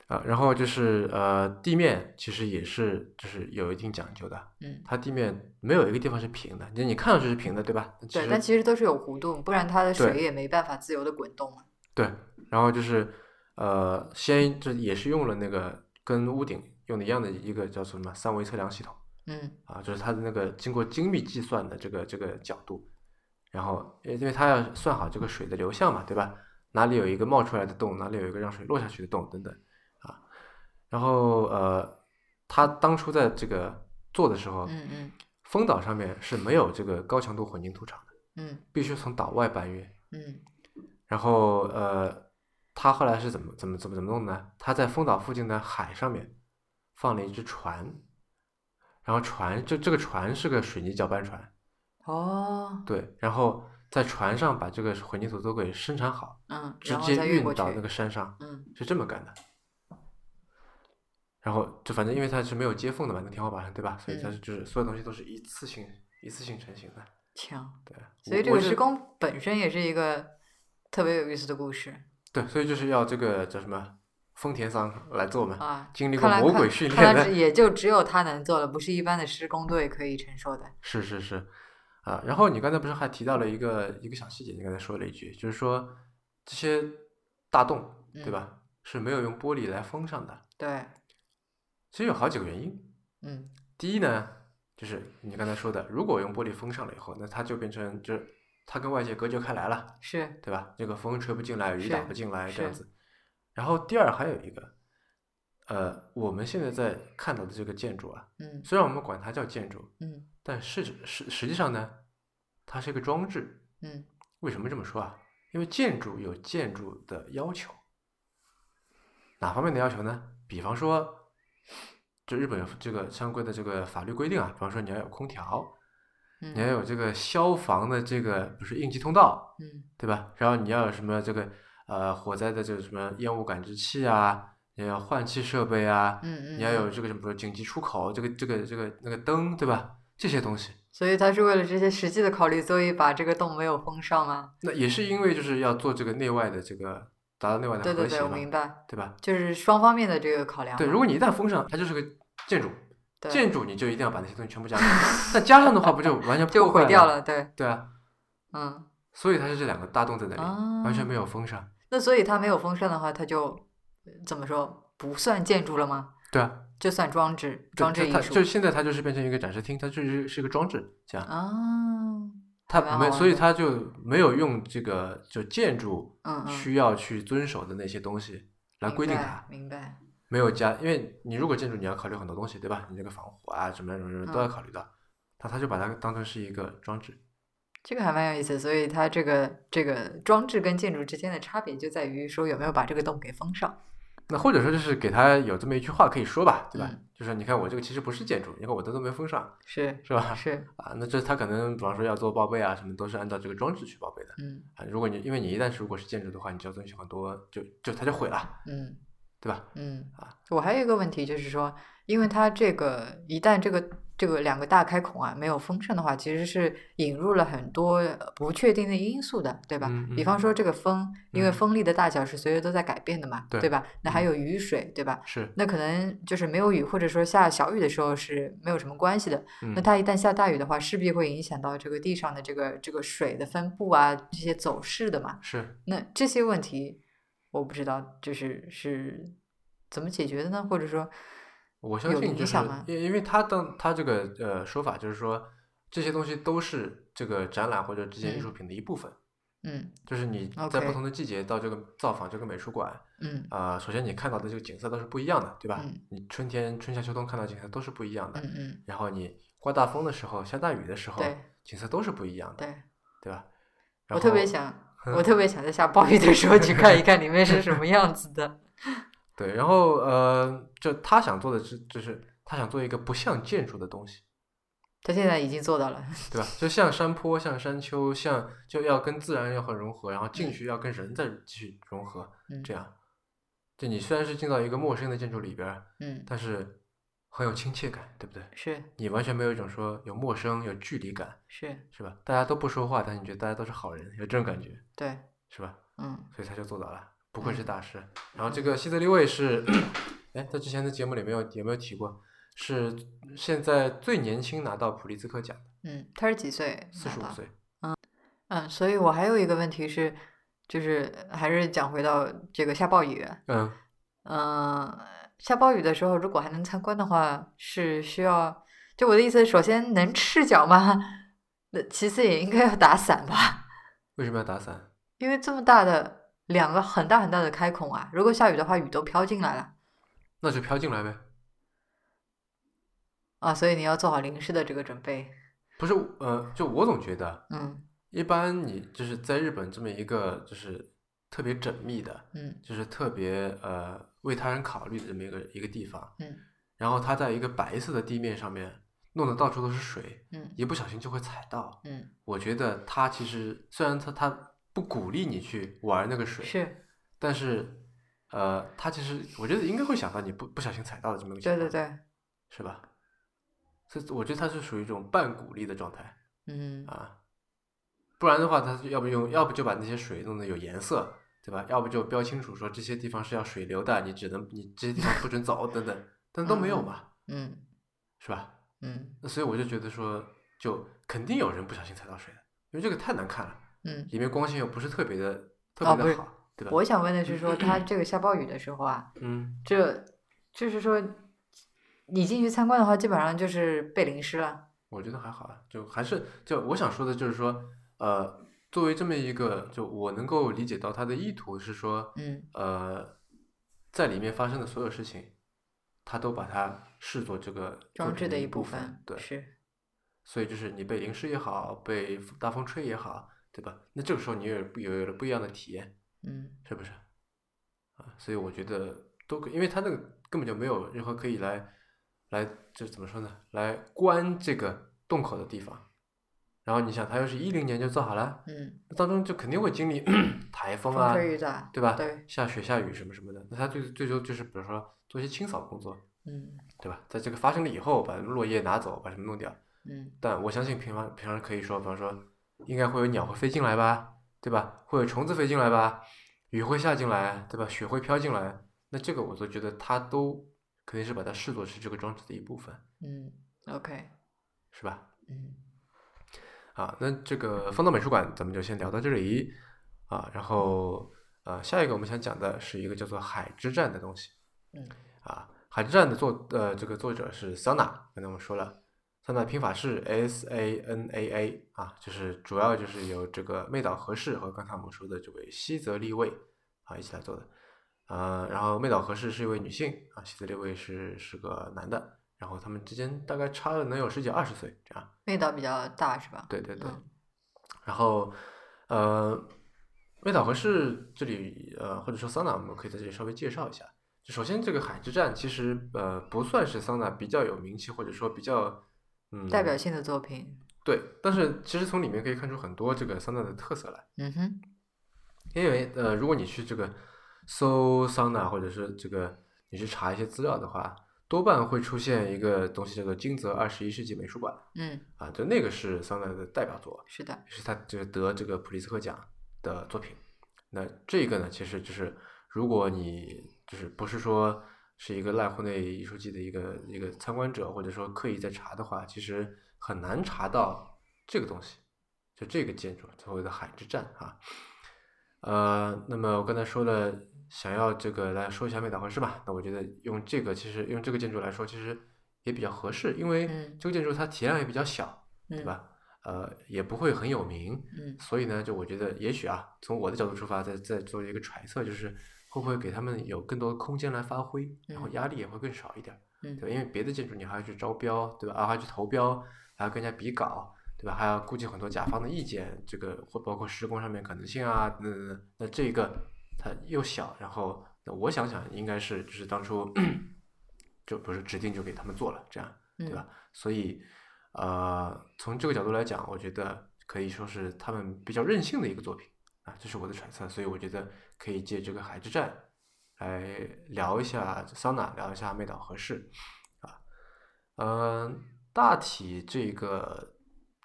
[SPEAKER 1] 啊、然后就是呃，地面其实也是就是有一定讲究的，
[SPEAKER 2] 嗯，
[SPEAKER 1] 它地面没有一个地方是平的，你你看上去是平的，对吧？
[SPEAKER 2] 对，但其实都是有弧度，不然它的
[SPEAKER 1] 对
[SPEAKER 2] 水也没办法自由的滚动嘛，
[SPEAKER 1] 对，然后就是呃，先这也是用了那个跟屋顶用的一样的一个叫做什么三维测量系统。
[SPEAKER 2] 嗯
[SPEAKER 1] 啊，就是它的那个经过精密计算的这个这个角度，然后因为因为它要算好这个水的流向嘛，对吧？哪里有一个冒出来的洞，哪里有一个让水落下去的洞等等啊。然后呃，它当初在这个做的时候，
[SPEAKER 2] 嗯嗯
[SPEAKER 1] 丰岛上面是没有这个高强度混凝土厂的，
[SPEAKER 2] 嗯
[SPEAKER 1] 必须从岛外搬运。
[SPEAKER 2] 嗯
[SPEAKER 1] 然后呃，他后来是怎么怎么怎么怎么弄的呢？他在丰岛附近的海上面放了一只船，然后船这这个船是个水泥搅拌船，
[SPEAKER 2] 哦，
[SPEAKER 1] 对，然后在船上把这个混凝土都给生产好，
[SPEAKER 2] 嗯，
[SPEAKER 1] 直
[SPEAKER 2] 然后
[SPEAKER 1] 接
[SPEAKER 2] 再运
[SPEAKER 1] 运
[SPEAKER 2] 过去，
[SPEAKER 1] 到那个山上，
[SPEAKER 2] 嗯
[SPEAKER 1] 是这么干的。然后就反正因为它是没有接缝的嘛，那天花板上对吧？所以它
[SPEAKER 2] 嗯
[SPEAKER 1] 是就是所有东西都是一次性一次性成型的，
[SPEAKER 2] 强，
[SPEAKER 1] 对。
[SPEAKER 2] 所以
[SPEAKER 1] 我
[SPEAKER 2] 这
[SPEAKER 1] 我
[SPEAKER 2] 个
[SPEAKER 1] 是
[SPEAKER 2] 施工本身也是一个特别有意思的故事
[SPEAKER 1] 对，所以就是要这个叫什么丰田桑来做嘛。
[SPEAKER 2] 啊。
[SPEAKER 1] 经历过
[SPEAKER 2] 看来
[SPEAKER 1] 魔
[SPEAKER 2] 看
[SPEAKER 1] 鬼训
[SPEAKER 2] 看
[SPEAKER 1] 练
[SPEAKER 2] 来只
[SPEAKER 1] 的，
[SPEAKER 2] 也就只有他能做了，不是一般的施工队可以承受的。
[SPEAKER 1] 是是是，啊，然后你刚才不是还提到了一个一个小细节，你刚才说了一句，就是说这些大洞，对
[SPEAKER 2] 嗯
[SPEAKER 1] 吧，是没有用玻璃来封上的。
[SPEAKER 2] 对，
[SPEAKER 1] 其实有好几个原因，
[SPEAKER 2] 嗯
[SPEAKER 1] 第一呢，就是你刚才说的，如果用玻璃封上了以后，那它就变成就是它跟外界隔绝开来了，
[SPEAKER 2] 是，
[SPEAKER 1] 对吧？这个风吹不进来，雨
[SPEAKER 2] 是
[SPEAKER 1] 打不进来，这样
[SPEAKER 2] 是
[SPEAKER 1] 子。然后第二还有一个，呃，我们现在在看到的这个建筑啊，
[SPEAKER 2] 嗯
[SPEAKER 1] 虽然我们管它叫建筑，
[SPEAKER 2] 嗯
[SPEAKER 1] 但是指实实际上呢，它是一个装置。
[SPEAKER 2] 嗯，
[SPEAKER 1] 为什么这么说啊？因为建筑有建筑的要求，哪方面的要求呢？比方说，就日本有这个相关的这个法律规定啊，比方说你要有空调，
[SPEAKER 2] 嗯
[SPEAKER 1] 你要有这个消防的这个，比如说应急通道，
[SPEAKER 2] 嗯
[SPEAKER 1] 对吧？然后你要有什么这个呃火灾的这个什么烟雾感知器啊，你要有换气设备啊，
[SPEAKER 2] 嗯嗯，
[SPEAKER 1] 你要有
[SPEAKER 2] 嗯，
[SPEAKER 1] 这个什么紧急出口，这个这个这个那个灯，对吧？这些东西。
[SPEAKER 2] 所以他是为了这些实际的考虑，所以把这个洞没有封上啊吗？
[SPEAKER 1] 那也是因为就是要做这个内外的这个达到内外的
[SPEAKER 2] 对对
[SPEAKER 1] 和谐
[SPEAKER 2] 对，我
[SPEAKER 1] 嘛，
[SPEAKER 2] 明白，
[SPEAKER 1] 对吧？
[SPEAKER 2] 就是双方面的这个考量嘛。啊
[SPEAKER 1] 对，如果你一旦封上，它就是个建筑，
[SPEAKER 2] 对
[SPEAKER 1] 建筑你就一定要把那些东西全部加 上，那加上的话不就完全
[SPEAKER 2] 就
[SPEAKER 1] 破坏
[SPEAKER 2] 毁掉
[SPEAKER 1] 了？
[SPEAKER 2] 了，对，
[SPEAKER 1] 对啊，
[SPEAKER 2] 嗯。
[SPEAKER 1] 所以它是这两个大洞在那里，完全
[SPEAKER 2] 啊
[SPEAKER 1] 没有封上。
[SPEAKER 2] 那所以它没有风扇的话，它就呃怎么说不算建筑了吗？
[SPEAKER 1] 对啊，
[SPEAKER 2] 就算装置，
[SPEAKER 1] 对
[SPEAKER 2] 装
[SPEAKER 1] 就
[SPEAKER 2] 置艺
[SPEAKER 1] 它
[SPEAKER 2] 术
[SPEAKER 1] 就现在它就是变成一个展示厅，它就是是一个装置，这样
[SPEAKER 2] 啊，蛮
[SPEAKER 1] 它
[SPEAKER 2] 好
[SPEAKER 1] 没，
[SPEAKER 2] 玩
[SPEAKER 1] 所以
[SPEAKER 2] 的
[SPEAKER 1] 它就没有用这个就建筑
[SPEAKER 2] 嗯嗯，
[SPEAKER 1] 需要去遵守的那些东西来规定
[SPEAKER 2] 明白
[SPEAKER 1] 它，
[SPEAKER 2] 明白，
[SPEAKER 1] 没有加，因为你如果建筑你要考虑很多东西，对吧？你这个防火啊，什么什么什么都
[SPEAKER 2] 嗯
[SPEAKER 1] 要考虑到，他他就把它当成是一个装置。
[SPEAKER 2] 这个还蛮有意思。所以它这个这个装置跟建筑之间的差别就在于说有没有把这个洞给封上。
[SPEAKER 1] 那或者说就是给他有这么一句话可以说吧，对吧？
[SPEAKER 2] 嗯
[SPEAKER 1] 就是你看我这个其实不是建筑，你看我的都没封上，
[SPEAKER 2] 是
[SPEAKER 1] 是吧？
[SPEAKER 2] 是，
[SPEAKER 1] 啊，那这他可能比方说要做报备啊，什么都是按照这个装置去报备的
[SPEAKER 2] 嗯
[SPEAKER 1] 啊。如果你因为你一旦是如果是建筑的话，你就要遵循很多，就就它就毁了，
[SPEAKER 2] 嗯。
[SPEAKER 1] 对吧？
[SPEAKER 2] 嗯
[SPEAKER 1] 啊，
[SPEAKER 2] 我还有一个问题就是说，因为它这个一旦这个这个两个大开孔啊没有封上的话，其实是引入了很多呃不确定的因素的，对吧？
[SPEAKER 1] 嗯嗯
[SPEAKER 2] 比方说这个风，因为
[SPEAKER 1] 嗯
[SPEAKER 2] 风力的大小是随时都在改变的嘛，
[SPEAKER 1] 对
[SPEAKER 2] 吧？那还
[SPEAKER 1] 嗯
[SPEAKER 2] 有雨水，对吧？
[SPEAKER 1] 是，
[SPEAKER 2] 那可能就是没有雨，或者说下小雨的时候是没有什么关系的。
[SPEAKER 1] 嗯
[SPEAKER 2] 那它一旦下大雨的话，势必会影响到这个地上的这个这个水的分布啊，这些走势的嘛。
[SPEAKER 1] 是
[SPEAKER 2] 那这些问题，我不知道就是是怎么解决的呢？或者说，
[SPEAKER 1] 我相
[SPEAKER 2] 有
[SPEAKER 1] 信
[SPEAKER 2] 影
[SPEAKER 1] 就是
[SPEAKER 2] 响吗，
[SPEAKER 1] 因因为他当他这个呃说法就是说，这些东西都是这个展览或者这件艺
[SPEAKER 2] 嗯
[SPEAKER 1] 术品的一部分，
[SPEAKER 2] 嗯
[SPEAKER 1] 就是你在
[SPEAKER 2] OK
[SPEAKER 1] 不同的季节到这个造访这个美术馆
[SPEAKER 2] 嗯
[SPEAKER 1] 啊、首先你看到的这个景色都是不一样的，对吧？
[SPEAKER 2] 嗯
[SPEAKER 1] 你春天、春夏秋冬看到景色都是不一样的，
[SPEAKER 2] 嗯嗯，
[SPEAKER 1] 然后你刮大风的时候、下大雨的时候，
[SPEAKER 2] 对
[SPEAKER 1] 景色都是不一样的，
[SPEAKER 2] 对，
[SPEAKER 1] 对吧？然
[SPEAKER 2] 我特别
[SPEAKER 1] 后
[SPEAKER 2] 想，我特别想在下暴雨的时候去看一看里面是什么样子的。
[SPEAKER 1] 对，然后呃，就他想做的是，就是他想做一个不像建筑的东西，
[SPEAKER 2] 他现在已经做到了，
[SPEAKER 1] 对吧？就像山坡、像山丘、像就要跟自然要很融合，然后进
[SPEAKER 2] 嗯
[SPEAKER 1] 去要跟人再继续融合，
[SPEAKER 2] 嗯
[SPEAKER 1] 这样，就你虽然是进到一个陌生的建筑里边儿，
[SPEAKER 2] 嗯，
[SPEAKER 1] 但是很有亲切感，对不对？
[SPEAKER 2] 是
[SPEAKER 1] 你完全没有一种说有陌生、有距离感，
[SPEAKER 2] 是，
[SPEAKER 1] 是吧？大家都不说话，但你觉得大家都是好人，有这种感觉，
[SPEAKER 2] 对，
[SPEAKER 1] 是吧？
[SPEAKER 2] 嗯
[SPEAKER 1] 所以他就做到了，不愧是大师。然后这个希德利卫是，哎，在之前的节目里面有有没有提过？是现在最年轻拿到普利兹克奖的，
[SPEAKER 2] 嗯，他是几岁？
[SPEAKER 1] 四十五。岁。
[SPEAKER 2] 嗯，所以我还有一个问题是，就是还是讲回到这个下暴雨，
[SPEAKER 1] 嗯，
[SPEAKER 2] 嗯，下暴雨的时候如果还能参观的话，是需要，就我的意思，首先能赤脚吗？那其次也应该要打伞吧，
[SPEAKER 1] 为什么要打伞？
[SPEAKER 2] 因为这么大的两个很大很大的开孔啊，如果下雨的话，雨都飘进来了。
[SPEAKER 1] 那就飘进来呗。
[SPEAKER 2] 啊，所以你要做好淋湿的这个准备。
[SPEAKER 1] 不是，呃，就我总觉得，
[SPEAKER 2] 嗯
[SPEAKER 1] 一般你就是在日本这么一个就是特别缜密的，
[SPEAKER 2] 嗯
[SPEAKER 1] 就是特别呃为他人考虑的这么一个一个地方，
[SPEAKER 2] 嗯
[SPEAKER 1] 然后他在一个白色的地面上面弄得到处都是水，
[SPEAKER 2] 嗯
[SPEAKER 1] 一不小心就会踩到。
[SPEAKER 2] 嗯，
[SPEAKER 1] 我觉得他其实虽然他他不鼓励你去玩那个水，
[SPEAKER 2] 是，
[SPEAKER 1] 但是呃，他其实我觉得应该会想到你不不小心踩到的这么一个情
[SPEAKER 2] 对
[SPEAKER 1] 况，
[SPEAKER 2] 对，对，
[SPEAKER 1] 是吧？所以我觉得他是属于一种半鼓励的状态
[SPEAKER 2] 嗯
[SPEAKER 1] 啊，不然的话，他要不用，要不就把那些水弄得有颜色，对吧？要不就标清楚说这些地方是要水流的，你只能你这些地方不准走等等，但都没有嘛，
[SPEAKER 2] 嗯
[SPEAKER 1] 是吧？
[SPEAKER 2] 嗯
[SPEAKER 1] 那所以我就觉得说，就肯定有人不小心踩到水的，因为这个太难看了。
[SPEAKER 2] 嗯。
[SPEAKER 1] 里面光线又不是特别的
[SPEAKER 2] 哦
[SPEAKER 1] 特
[SPEAKER 2] 不
[SPEAKER 1] 别
[SPEAKER 2] 是
[SPEAKER 1] 的好，对嗯吧？
[SPEAKER 2] 我想问的是说，它这个下暴雨的时候啊，
[SPEAKER 1] 嗯，
[SPEAKER 2] 这就是说，你进去参观的话，基本上就是被淋湿了。
[SPEAKER 1] 我觉得还好啊，就还是就我想说的就是说，呃，作为这么一个，就我能够理解到他的意图是说，
[SPEAKER 2] 嗯
[SPEAKER 1] 呃，在里面发生的所有事情，他都把它视作这个
[SPEAKER 2] 装
[SPEAKER 1] 作
[SPEAKER 2] 置
[SPEAKER 1] 品的
[SPEAKER 2] 的一
[SPEAKER 1] 部
[SPEAKER 2] 分，
[SPEAKER 1] 对，
[SPEAKER 2] 是，
[SPEAKER 1] 所以就是你被淋湿也好，被大风吹也好，对吧？那这个时候你有有有了不一样的体验，
[SPEAKER 2] 嗯
[SPEAKER 1] 是不是？啊，所以我觉得都可，因为他那个根本就没有任何可以来来，这怎么说呢？来关这个洞口的地方。然后你想，他又是一零年就造好了，
[SPEAKER 2] 嗯，
[SPEAKER 1] 那当中就肯定会经历 台风
[SPEAKER 2] 风
[SPEAKER 1] 啊，
[SPEAKER 2] 吹雨打，
[SPEAKER 1] 对吧？
[SPEAKER 2] 对，
[SPEAKER 1] 下雪下雨什么什么的，那他最最终就是比如说做一些清扫工作，
[SPEAKER 2] 嗯
[SPEAKER 1] 对吧？在这个发生了以后，把落叶拿走，把什么弄掉。
[SPEAKER 2] 嗯
[SPEAKER 1] 但我相信平常平常可以说，比方说，应该会有鸟会飞进来吧，对吧？会有虫子飞进来吧，雨会下进来，对吧？雪会飘进来，那这个我都觉得它都肯定是把它视作是这个装置的一部分，
[SPEAKER 2] 嗯，OK，
[SPEAKER 1] 是吧？
[SPEAKER 2] 嗯
[SPEAKER 1] 啊，那这个风道美术馆咱们就先聊到这里啊，然后呃，下一个我们想讲的是一个叫做海之站的东西
[SPEAKER 2] 嗯
[SPEAKER 1] 啊，海之站的作呃这个作者是 Sana，刚才我们说了，Sana 拼法是 S A N A A 啊，就是主要就是由这个妹岛和世和刚才我们说的这位西泽立卫啊一起来做的，呃，然后妹岛和世是一位女性啊，西泽立卫是是个男的，然后他们之间大概差了能有十几二十岁这样，
[SPEAKER 2] 味道比较大是吧？
[SPEAKER 1] 对对对。
[SPEAKER 2] 嗯
[SPEAKER 1] 然后，呃，味岛和世这里，呃，或者说桑拿，我们可以在这里稍微介绍一下。就首先，这个海之站其实呃不算是桑拿比较有名气，或者说比较嗯
[SPEAKER 2] 代表性的作品，
[SPEAKER 1] 对，但是其实从里面可以看出很多这个桑拿的特色来。
[SPEAKER 2] 嗯哼，
[SPEAKER 1] 因为呃，如果你去这个搜桑拿，或者是这个你去查一些资料的话，多半会出现一个东西叫做金泽二十一世纪美术馆
[SPEAKER 2] 嗯，
[SPEAKER 1] 啊，就那个是桑拿的代表作。
[SPEAKER 2] 是的，
[SPEAKER 1] 是他就是得这个普利兹克奖的作品。那这个呢，其实就是如果你就是不是说是一个濑户内艺术季的一个一个参观者，或者说刻意在查的话，其实很难查到这个东西，就这个建筑所谓的海之站啊。呃，那么我刚才说了，想要这个来说一下美岛合适吧？那我觉得用这个其实用这个建筑来说，其实也比较合适，因为
[SPEAKER 2] 嗯
[SPEAKER 1] 这个建筑它体量也比较小，
[SPEAKER 2] 嗯，
[SPEAKER 1] 对吧？呃，也不会很有名。
[SPEAKER 2] 嗯
[SPEAKER 1] 所以呢，就我觉得，也许啊，从我的角度出发，再再做一个揣测，就是会不会给他们有更多的空间来发挥，然后
[SPEAKER 2] 嗯
[SPEAKER 1] 压力也会更少一点儿，对吧？
[SPEAKER 2] 嗯
[SPEAKER 1] 因为别的建筑你还要去招标，对吧？啊，还要去投标，还要跟人家比稿，对吧？还要顾及很多甲方的意见，这个或包括施工上面可能性啊，等等等。那这个它又小，然后那我想想，应该是就是当初 就不是指定就给他们做了这样。对吧
[SPEAKER 2] 嗯，
[SPEAKER 1] 所以，呃，从这个角度来讲，我觉得可以说是他们比较任性的一个作品啊，这是我的揣测。所以我觉得可以借这个海之战来聊一下桑拿，聊一下妹岛合适啊。嗯、大体这个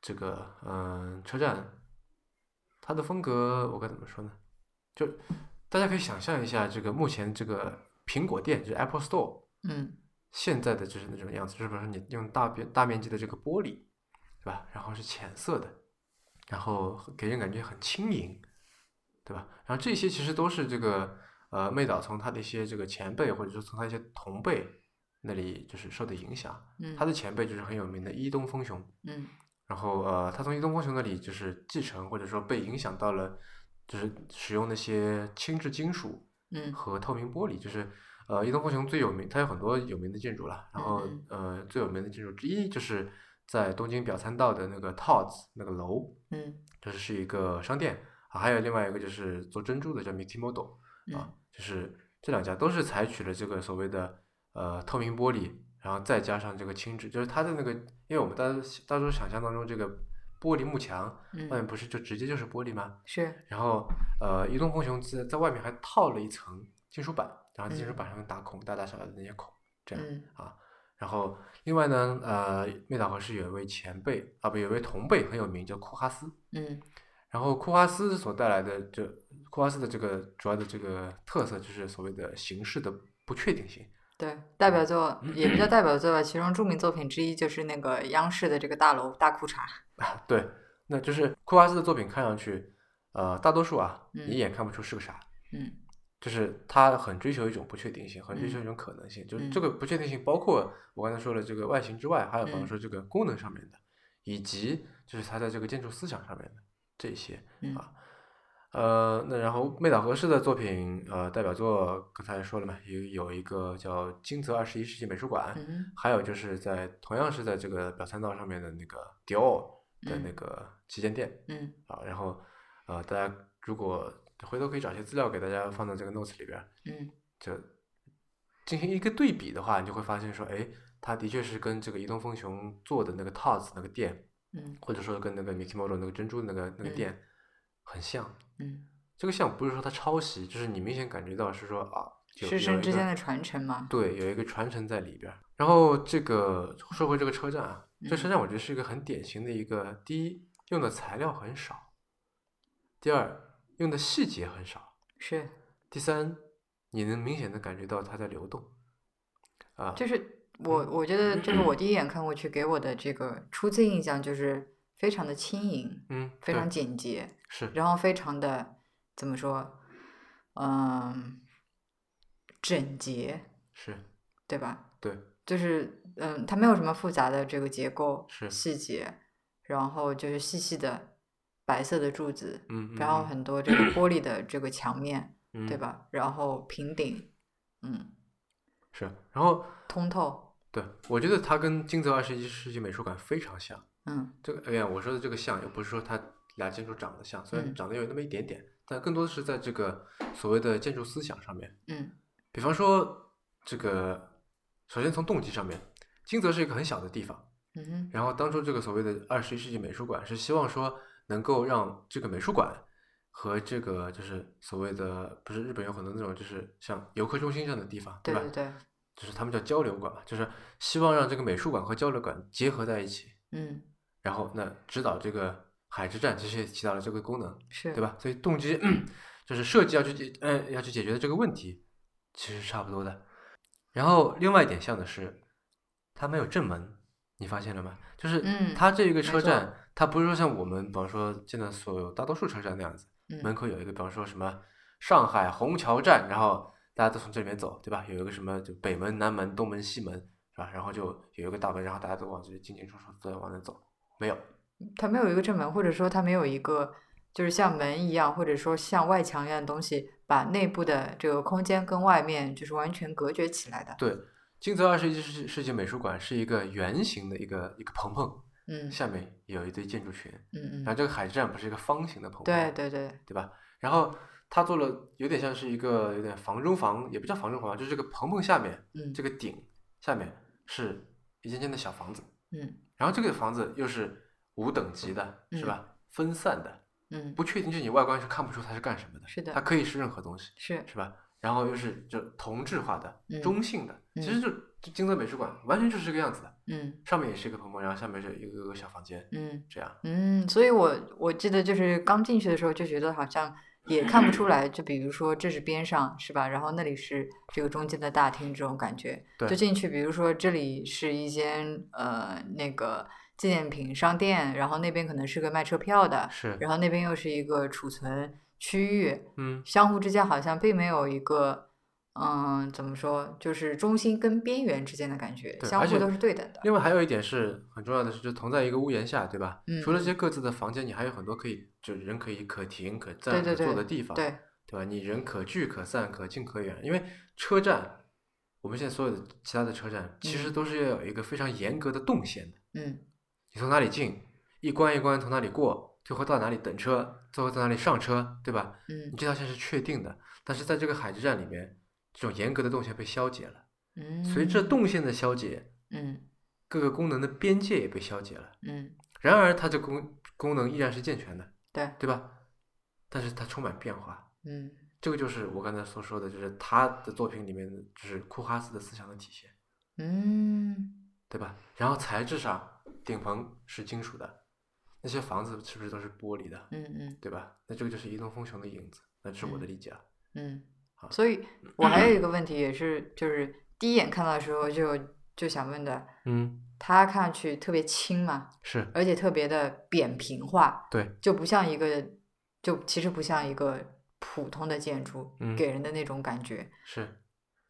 [SPEAKER 1] 这个嗯、车站，它的风格我该怎么说呢？就大家可以想象一下，这个目前这个苹果店，就是 Apple Store。
[SPEAKER 2] 嗯
[SPEAKER 1] 现在的就是那种样子，就是比如说你用大面大面积的这个玻璃，对吧？然后是浅色的，然后给人感觉很轻盈，对吧？然后这些其实都是这个呃妹岛从他的一些这个前辈或者说从他一些同辈那里就是受的影响。
[SPEAKER 2] 嗯，
[SPEAKER 1] 他的前辈就是很有名的伊东丰雄，
[SPEAKER 2] 嗯
[SPEAKER 1] 然后呃，他从伊东丰雄那里就是继承或者说被影响到了，就是使用那些轻质金属，
[SPEAKER 2] 嗯
[SPEAKER 1] 和透明玻璃，就是呃，伊东丰雄最有名，它有很多有名的建筑了，然后
[SPEAKER 2] 嗯
[SPEAKER 1] 呃，最有名的建筑之一就是在东京表参道的那个 Tod's 那个楼，
[SPEAKER 2] 嗯
[SPEAKER 1] 就是是一个商店啊，还有另外一个就是做珍珠的叫 Mikimoto 啊
[SPEAKER 2] 嗯，
[SPEAKER 1] 就是这两家都是采取了这个所谓的呃透明玻璃，然后再加上这个轻质，就是它的那个，因为我们大家大多想象当中这个玻璃幕墙外面
[SPEAKER 2] 嗯，
[SPEAKER 1] 不是就直接就是玻璃吗？
[SPEAKER 2] 是，
[SPEAKER 1] 然后呃，移动风雄在在外面还套了一层金属板，然后金属
[SPEAKER 2] 嗯
[SPEAKER 1] 板上面打孔，大大小小的那些孔，这样、
[SPEAKER 2] 嗯
[SPEAKER 1] 啊。然后另外呢，呃，妹岛和是有一位前辈啊，不，有一位同辈很有名，叫库哈斯。
[SPEAKER 2] 嗯
[SPEAKER 1] 然后库哈斯所带来的这库哈斯的这个主要的这个特色就是所谓的形式的不确定性。
[SPEAKER 2] 对，代表作
[SPEAKER 1] 嗯
[SPEAKER 2] 也不叫代表作吧，其中著名作品之一就是那个央视的这个大楼大裤衩，
[SPEAKER 1] 啊，对，那就是库哈斯的作品看上去，呃，大多数啊，你一
[SPEAKER 2] 嗯
[SPEAKER 1] 眼看不出是个啥，
[SPEAKER 2] 嗯
[SPEAKER 1] 就是他很追求一种不确定性，很追求
[SPEAKER 2] 嗯
[SPEAKER 1] 一种可能性。就是
[SPEAKER 2] 嗯
[SPEAKER 1] 这个不确定性包括我刚才说了这个外形之外，还有包括
[SPEAKER 2] 嗯
[SPEAKER 1] 说这个功能上面的，以及就是他在这个建筑思想上面的这些。
[SPEAKER 2] 嗯
[SPEAKER 1] 啊呃，那然后妹岛和世的作品，呃，代表作刚才说了嘛，有有一个叫金泽二十一世纪美术馆，
[SPEAKER 2] 嗯
[SPEAKER 1] 还有就是在同样是在这个表参道上面的那个迪奥的那
[SPEAKER 2] 嗯
[SPEAKER 1] 个旗舰店。
[SPEAKER 2] 嗯
[SPEAKER 1] 啊，然后呃，大家如果回头可以找一些资料给大家放到这个 notes 里边儿，
[SPEAKER 2] 嗯
[SPEAKER 1] 就进行一个对比的话，你就会发现说，哎，它的确是跟这个移动风雄做的那个 Tots 那个店，
[SPEAKER 2] 嗯
[SPEAKER 1] 或者说跟那个 Mickey Moto 那个珍珠那个那个
[SPEAKER 2] 嗯
[SPEAKER 1] 店、很像。
[SPEAKER 2] 嗯，
[SPEAKER 1] 这个像不是说它抄袭，就是你明显感觉到是说啊，有
[SPEAKER 2] 师
[SPEAKER 1] 有
[SPEAKER 2] 生
[SPEAKER 1] 一
[SPEAKER 2] 之
[SPEAKER 1] 个
[SPEAKER 2] 间的传承嘛，
[SPEAKER 1] 对，有一个传承在里边儿。然后这个说回这个车站啊，这个车
[SPEAKER 2] 嗯
[SPEAKER 1] 站我觉得是一个很典型的一个，第一用的材料很少，第二用的细节很少，啊
[SPEAKER 2] 是，
[SPEAKER 1] 第三你能明显的感觉到它在流动。啊，
[SPEAKER 2] 就是我我觉 得就是我第一眼看过去给我的这个初次印象就是非常的轻盈，
[SPEAKER 1] 嗯，
[SPEAKER 2] 非
[SPEAKER 1] 对
[SPEAKER 2] 常简洁，
[SPEAKER 1] 是，
[SPEAKER 2] 然后非常的怎么说，嗯，整洁，
[SPEAKER 1] 是，
[SPEAKER 2] 对吧？
[SPEAKER 1] 对，
[SPEAKER 2] 就是嗯，它没有什么复杂的这个结构
[SPEAKER 1] 是
[SPEAKER 2] 细节，然后就是细细的白色的柱子，
[SPEAKER 1] 嗯，嗯
[SPEAKER 2] 然后很多这个玻璃的这个墙面，
[SPEAKER 1] 嗯
[SPEAKER 2] 对
[SPEAKER 1] 嗯
[SPEAKER 2] 吧？然后平顶，嗯，
[SPEAKER 1] 是，然后
[SPEAKER 2] 通透，
[SPEAKER 1] 对我觉得它跟金泽二十一世纪美术馆非常像。
[SPEAKER 2] 嗯
[SPEAKER 1] 这个哎呀，我说的这个像，又不是说它俩建筑长得像，虽然
[SPEAKER 2] 嗯
[SPEAKER 1] 长得有那么一点点，但更多的是在这个所谓的建筑思想上面。
[SPEAKER 2] 嗯
[SPEAKER 1] 比方说，这个首先从动机上面，金泽是一个很小的地方，
[SPEAKER 2] 嗯哼
[SPEAKER 1] 然后当初这个所谓的二十一世纪美术馆是希望说能够让这个美术馆和这个就是所谓的不是日本有很多那种就是像游客中心这样的地方，
[SPEAKER 2] 对
[SPEAKER 1] 吧？
[SPEAKER 2] 对对，
[SPEAKER 1] 就是他们叫交流馆嘛，就是希望让这个美术馆和交流馆结合在一起。
[SPEAKER 2] 嗯
[SPEAKER 1] 然后那指导这个海之战其实也起到了这个功能，
[SPEAKER 2] 是，
[SPEAKER 1] 对？吧？所以动机 就是设计要去解，呃，要去解决的这个问题，其实是差不多的。然后另外一点像的是，它没有正门，你发现了吗？就是
[SPEAKER 2] 嗯
[SPEAKER 1] 它这个车
[SPEAKER 2] 没错
[SPEAKER 1] 站，它不是说像我们，比方说现在所有大多数车站那样子，门
[SPEAKER 2] 嗯
[SPEAKER 1] 口有一个，比方说什么上海虹桥站，然后大家都从这里面走，对吧？有一个什么就北门、南门、东门、西门，是吧？然后就有一个大门，然后大家都往这里进进出出都在往那走，没有，
[SPEAKER 2] 它没有一个正门，或者说它没有一个就是像门一样，或者说像外墙一样的东西，把内部的这个空间跟外面就是完全隔绝起来的。
[SPEAKER 1] 对，金泽二十一世世纪美术馆是一个圆形的一个一个棚棚，
[SPEAKER 2] 嗯
[SPEAKER 1] 下面有一堆建筑群，
[SPEAKER 2] 嗯
[SPEAKER 1] 然后
[SPEAKER 2] 嗯，
[SPEAKER 1] 这个海之站不是一个方形的棚吗？
[SPEAKER 2] 对对对，
[SPEAKER 1] 对吧？然后它做了有点像是一个有点房中房，也不叫房中房啊，就是这个棚棚下面
[SPEAKER 2] 嗯
[SPEAKER 1] 这个顶下面是一间间的小房子，
[SPEAKER 2] 嗯
[SPEAKER 1] 然后这个房子又是无等级的，是吧？分散的，
[SPEAKER 2] 嗯
[SPEAKER 1] 不确定，就是你外观是看不出它是干什么的，
[SPEAKER 2] 是的
[SPEAKER 1] 它可以是任何东西，
[SPEAKER 2] 是，
[SPEAKER 1] 是吧？然后又是就同质化的、
[SPEAKER 2] 嗯
[SPEAKER 1] 中性的，其实就就金泽美术馆完全就是这个样子的，
[SPEAKER 2] 嗯
[SPEAKER 1] 上面也是一个棚棚，然后下面是一个个小房间，
[SPEAKER 2] 嗯。
[SPEAKER 1] 这样。
[SPEAKER 2] 嗯，所以我我记得就是刚进去的时候就觉得好像也看不出来，就比如说这是边上是吧？然后那里是这个中间的大厅这种感觉。
[SPEAKER 1] 对
[SPEAKER 2] 就进去，比如说这里是一间呃那个纪念品商店，然后那边可能是个卖车票的，
[SPEAKER 1] 是，
[SPEAKER 2] 然后那边又是一个储存区域，
[SPEAKER 1] 嗯，
[SPEAKER 2] 相互之间好像并没有一个嗯怎么说，就是中心跟边缘之间的感觉，
[SPEAKER 1] 对
[SPEAKER 2] 相
[SPEAKER 1] 而
[SPEAKER 2] 互
[SPEAKER 1] 且
[SPEAKER 2] 都是对等的。
[SPEAKER 1] 另外还有一点是很重要的是，就同在一个屋檐下，对吧？
[SPEAKER 2] 嗯
[SPEAKER 1] 除了
[SPEAKER 2] 嗯
[SPEAKER 1] 这些各自的房间，你还有很多可以就人可以可停可
[SPEAKER 2] 对
[SPEAKER 1] 站
[SPEAKER 2] 对
[SPEAKER 1] 可坐
[SPEAKER 2] 对
[SPEAKER 1] 的地方，
[SPEAKER 2] 对，
[SPEAKER 1] 对吧？你人可聚可散可近可远，因为车站，我们现在所有的其他的车站其实
[SPEAKER 2] 嗯
[SPEAKER 1] 都是要有一个非常严格的动线的。
[SPEAKER 2] 嗯
[SPEAKER 1] 你从哪里进，一关一关从哪里过，最后到哪里等车，最后到哪里上车，对吧？
[SPEAKER 2] 嗯
[SPEAKER 1] 你这条线是确定的，但是在这个海之站里面，这种严格的动线被消解了。
[SPEAKER 2] 嗯，
[SPEAKER 1] 随着动线的消解，
[SPEAKER 2] 嗯。
[SPEAKER 1] 各个功能的边界也被消解了。
[SPEAKER 2] 嗯，
[SPEAKER 1] 然而它这功功能依然是健全的，
[SPEAKER 2] 对，
[SPEAKER 1] 对吧？但是它充满变化，
[SPEAKER 2] 嗯
[SPEAKER 1] 这个就是我刚才所说的，就是他的作品里面的就是库哈斯的思想的体现，
[SPEAKER 2] 嗯
[SPEAKER 1] 对吧？然后材质上，顶棚是金属的，那些房子是不是都是玻璃的，
[SPEAKER 2] 嗯嗯
[SPEAKER 1] 对吧？那这个就是移动风雄的影子，那是我的理解啊。
[SPEAKER 2] 嗯
[SPEAKER 1] 好，
[SPEAKER 2] 所以我还有一个问题，也是就是第一眼看到的时候就就想问的，
[SPEAKER 1] 嗯，
[SPEAKER 2] 它看上去特别轻嘛，
[SPEAKER 1] 是
[SPEAKER 2] 而且特别的扁平化，
[SPEAKER 1] 对，
[SPEAKER 2] 就不像一个，就其实不像一个普通的建筑
[SPEAKER 1] 嗯
[SPEAKER 2] 给人的那种感觉，
[SPEAKER 1] 是，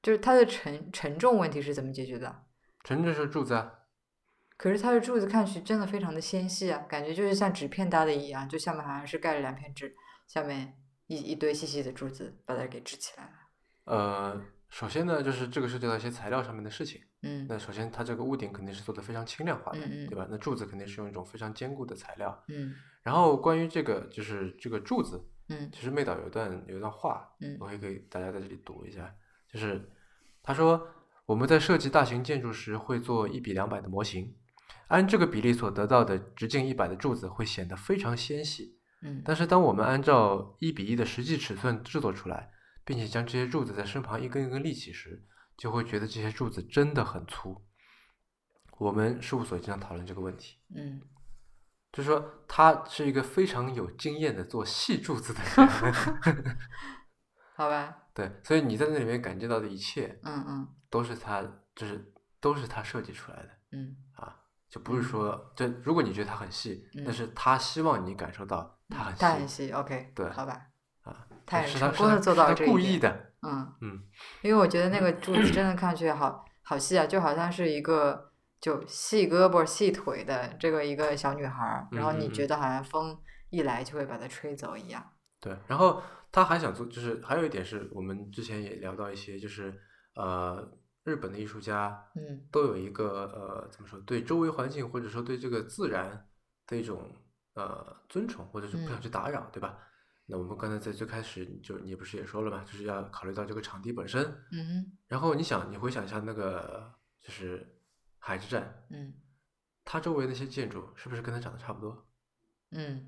[SPEAKER 2] 就是它的沉沉重问题是怎么解决的？
[SPEAKER 1] 纯粹是柱子啊，
[SPEAKER 2] 可是它的柱子看上去真的非常的纤细啊，感觉就是像纸片搭的一样，就下面好像是盖了两片纸，下面一一堆细细的柱子把它给支起来了。
[SPEAKER 1] 呃，首先呢，就是这个涉及到一些材料上面的事情。
[SPEAKER 2] 嗯
[SPEAKER 1] 那首先，它这个屋顶肯定是做的非常轻量化的，
[SPEAKER 2] 嗯嗯
[SPEAKER 1] 对吧？那柱子肯定是用一种非常坚固的材料。
[SPEAKER 2] 嗯
[SPEAKER 1] 然后关于这个就是这个柱子，
[SPEAKER 2] 嗯
[SPEAKER 1] 其实妹岛有一段有一段话，
[SPEAKER 2] 嗯
[SPEAKER 1] 我可以给大家在这里读一下，就是他说我们在设计大型建筑时会做一比两百的模型，按这个比例所得到的直径一百的柱子会显得非常纤细，
[SPEAKER 2] 嗯
[SPEAKER 1] 但是当我们按照一比一的实际尺寸制作出来，并且将这些柱子在身旁一根一根立起时，就会觉得这些柱子真的很粗。我们事务所经常讨论这个问题。
[SPEAKER 2] 嗯
[SPEAKER 1] 就是说他是一个非常有经验的做细柱子的人，
[SPEAKER 2] 好吧，
[SPEAKER 1] 对，所以你在那里面感觉到的一切
[SPEAKER 2] 嗯嗯
[SPEAKER 1] 都是他，就是都是他设计出来的，
[SPEAKER 2] 嗯
[SPEAKER 1] 就不是说，就如果你觉得它很细，
[SPEAKER 2] 嗯
[SPEAKER 1] 但是他希望你感受到它很细，
[SPEAKER 2] 太很细，OK，
[SPEAKER 1] 对
[SPEAKER 2] 好吧，
[SPEAKER 1] 啊，
[SPEAKER 2] 他也
[SPEAKER 1] 是
[SPEAKER 2] 成
[SPEAKER 1] 他
[SPEAKER 2] 功的做到了
[SPEAKER 1] 是
[SPEAKER 2] 这
[SPEAKER 1] 他
[SPEAKER 2] 一
[SPEAKER 1] 故意
[SPEAKER 2] 点，
[SPEAKER 1] 的，
[SPEAKER 2] 嗯
[SPEAKER 1] 嗯，
[SPEAKER 2] 因为我觉得那个柱子真的看上去好好细啊，就好像是一个就细胳膊细腿的这个一个小女孩儿，然后
[SPEAKER 1] 嗯
[SPEAKER 2] 你
[SPEAKER 1] 嗯
[SPEAKER 2] 觉得好像风一来就会把它吹走一样，
[SPEAKER 1] 对。然后他还想做，就是还有一点是我们之前也聊到一些，就是呃，日本的艺术家
[SPEAKER 2] 嗯
[SPEAKER 1] 都有一个呃，怎么说，对周围环境或者说对这个自然的一种呃尊崇，或者是不想
[SPEAKER 2] 嗯
[SPEAKER 1] 去打扰，对吧？那我们刚才在最开始就你不是也说了嘛，就是要考虑到这个场地本身。
[SPEAKER 2] 嗯
[SPEAKER 1] 然后你想，你回想一下那个就是海之站，
[SPEAKER 2] 嗯
[SPEAKER 1] 它周围那些建筑是不是跟它长得差不多？
[SPEAKER 2] 嗯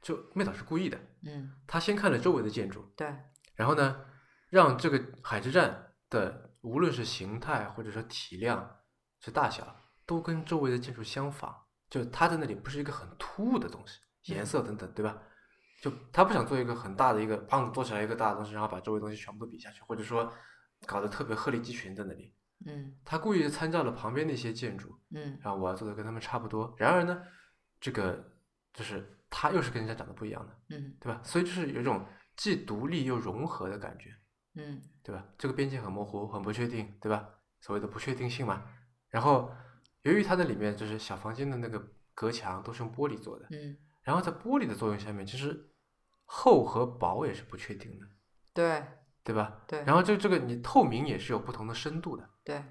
[SPEAKER 1] 就妹岛是故意的，
[SPEAKER 2] 嗯，
[SPEAKER 1] 他先看了周围的建筑，
[SPEAKER 2] 对，
[SPEAKER 1] 然后呢，让这个海之站的无论是形态或者说体量是大小，都跟周围的建筑相仿。就它在那里不是一个很突兀的东西，颜色等等，对吧？就他不想做一个很大的一个胖子做起来一个大的东西，然后把周围东西全部都比下去，或者说搞得特别鹤立鸡群在那里。
[SPEAKER 2] 嗯
[SPEAKER 1] 他故意参照了旁边那些建筑，
[SPEAKER 2] 嗯
[SPEAKER 1] 然后我要做的跟他们差不多。然而呢，这个就是他又是跟人家长得不一样的。
[SPEAKER 2] 嗯
[SPEAKER 1] 对吧？所以就是有一种既独立又融合的感觉，
[SPEAKER 2] 嗯
[SPEAKER 1] 对吧？这个边界很模糊，很不确定，对吧？所谓的不确定性嘛。然后，由于它的里面就是小房间的那个隔墙都是用玻璃做的，
[SPEAKER 2] 嗯，
[SPEAKER 1] 然后在玻璃的作用下面，其实厚和薄也是不确定的，
[SPEAKER 2] 对
[SPEAKER 1] 对吧？
[SPEAKER 2] 对
[SPEAKER 1] 然后就这个你透明也是有不同的深度的。
[SPEAKER 2] 对，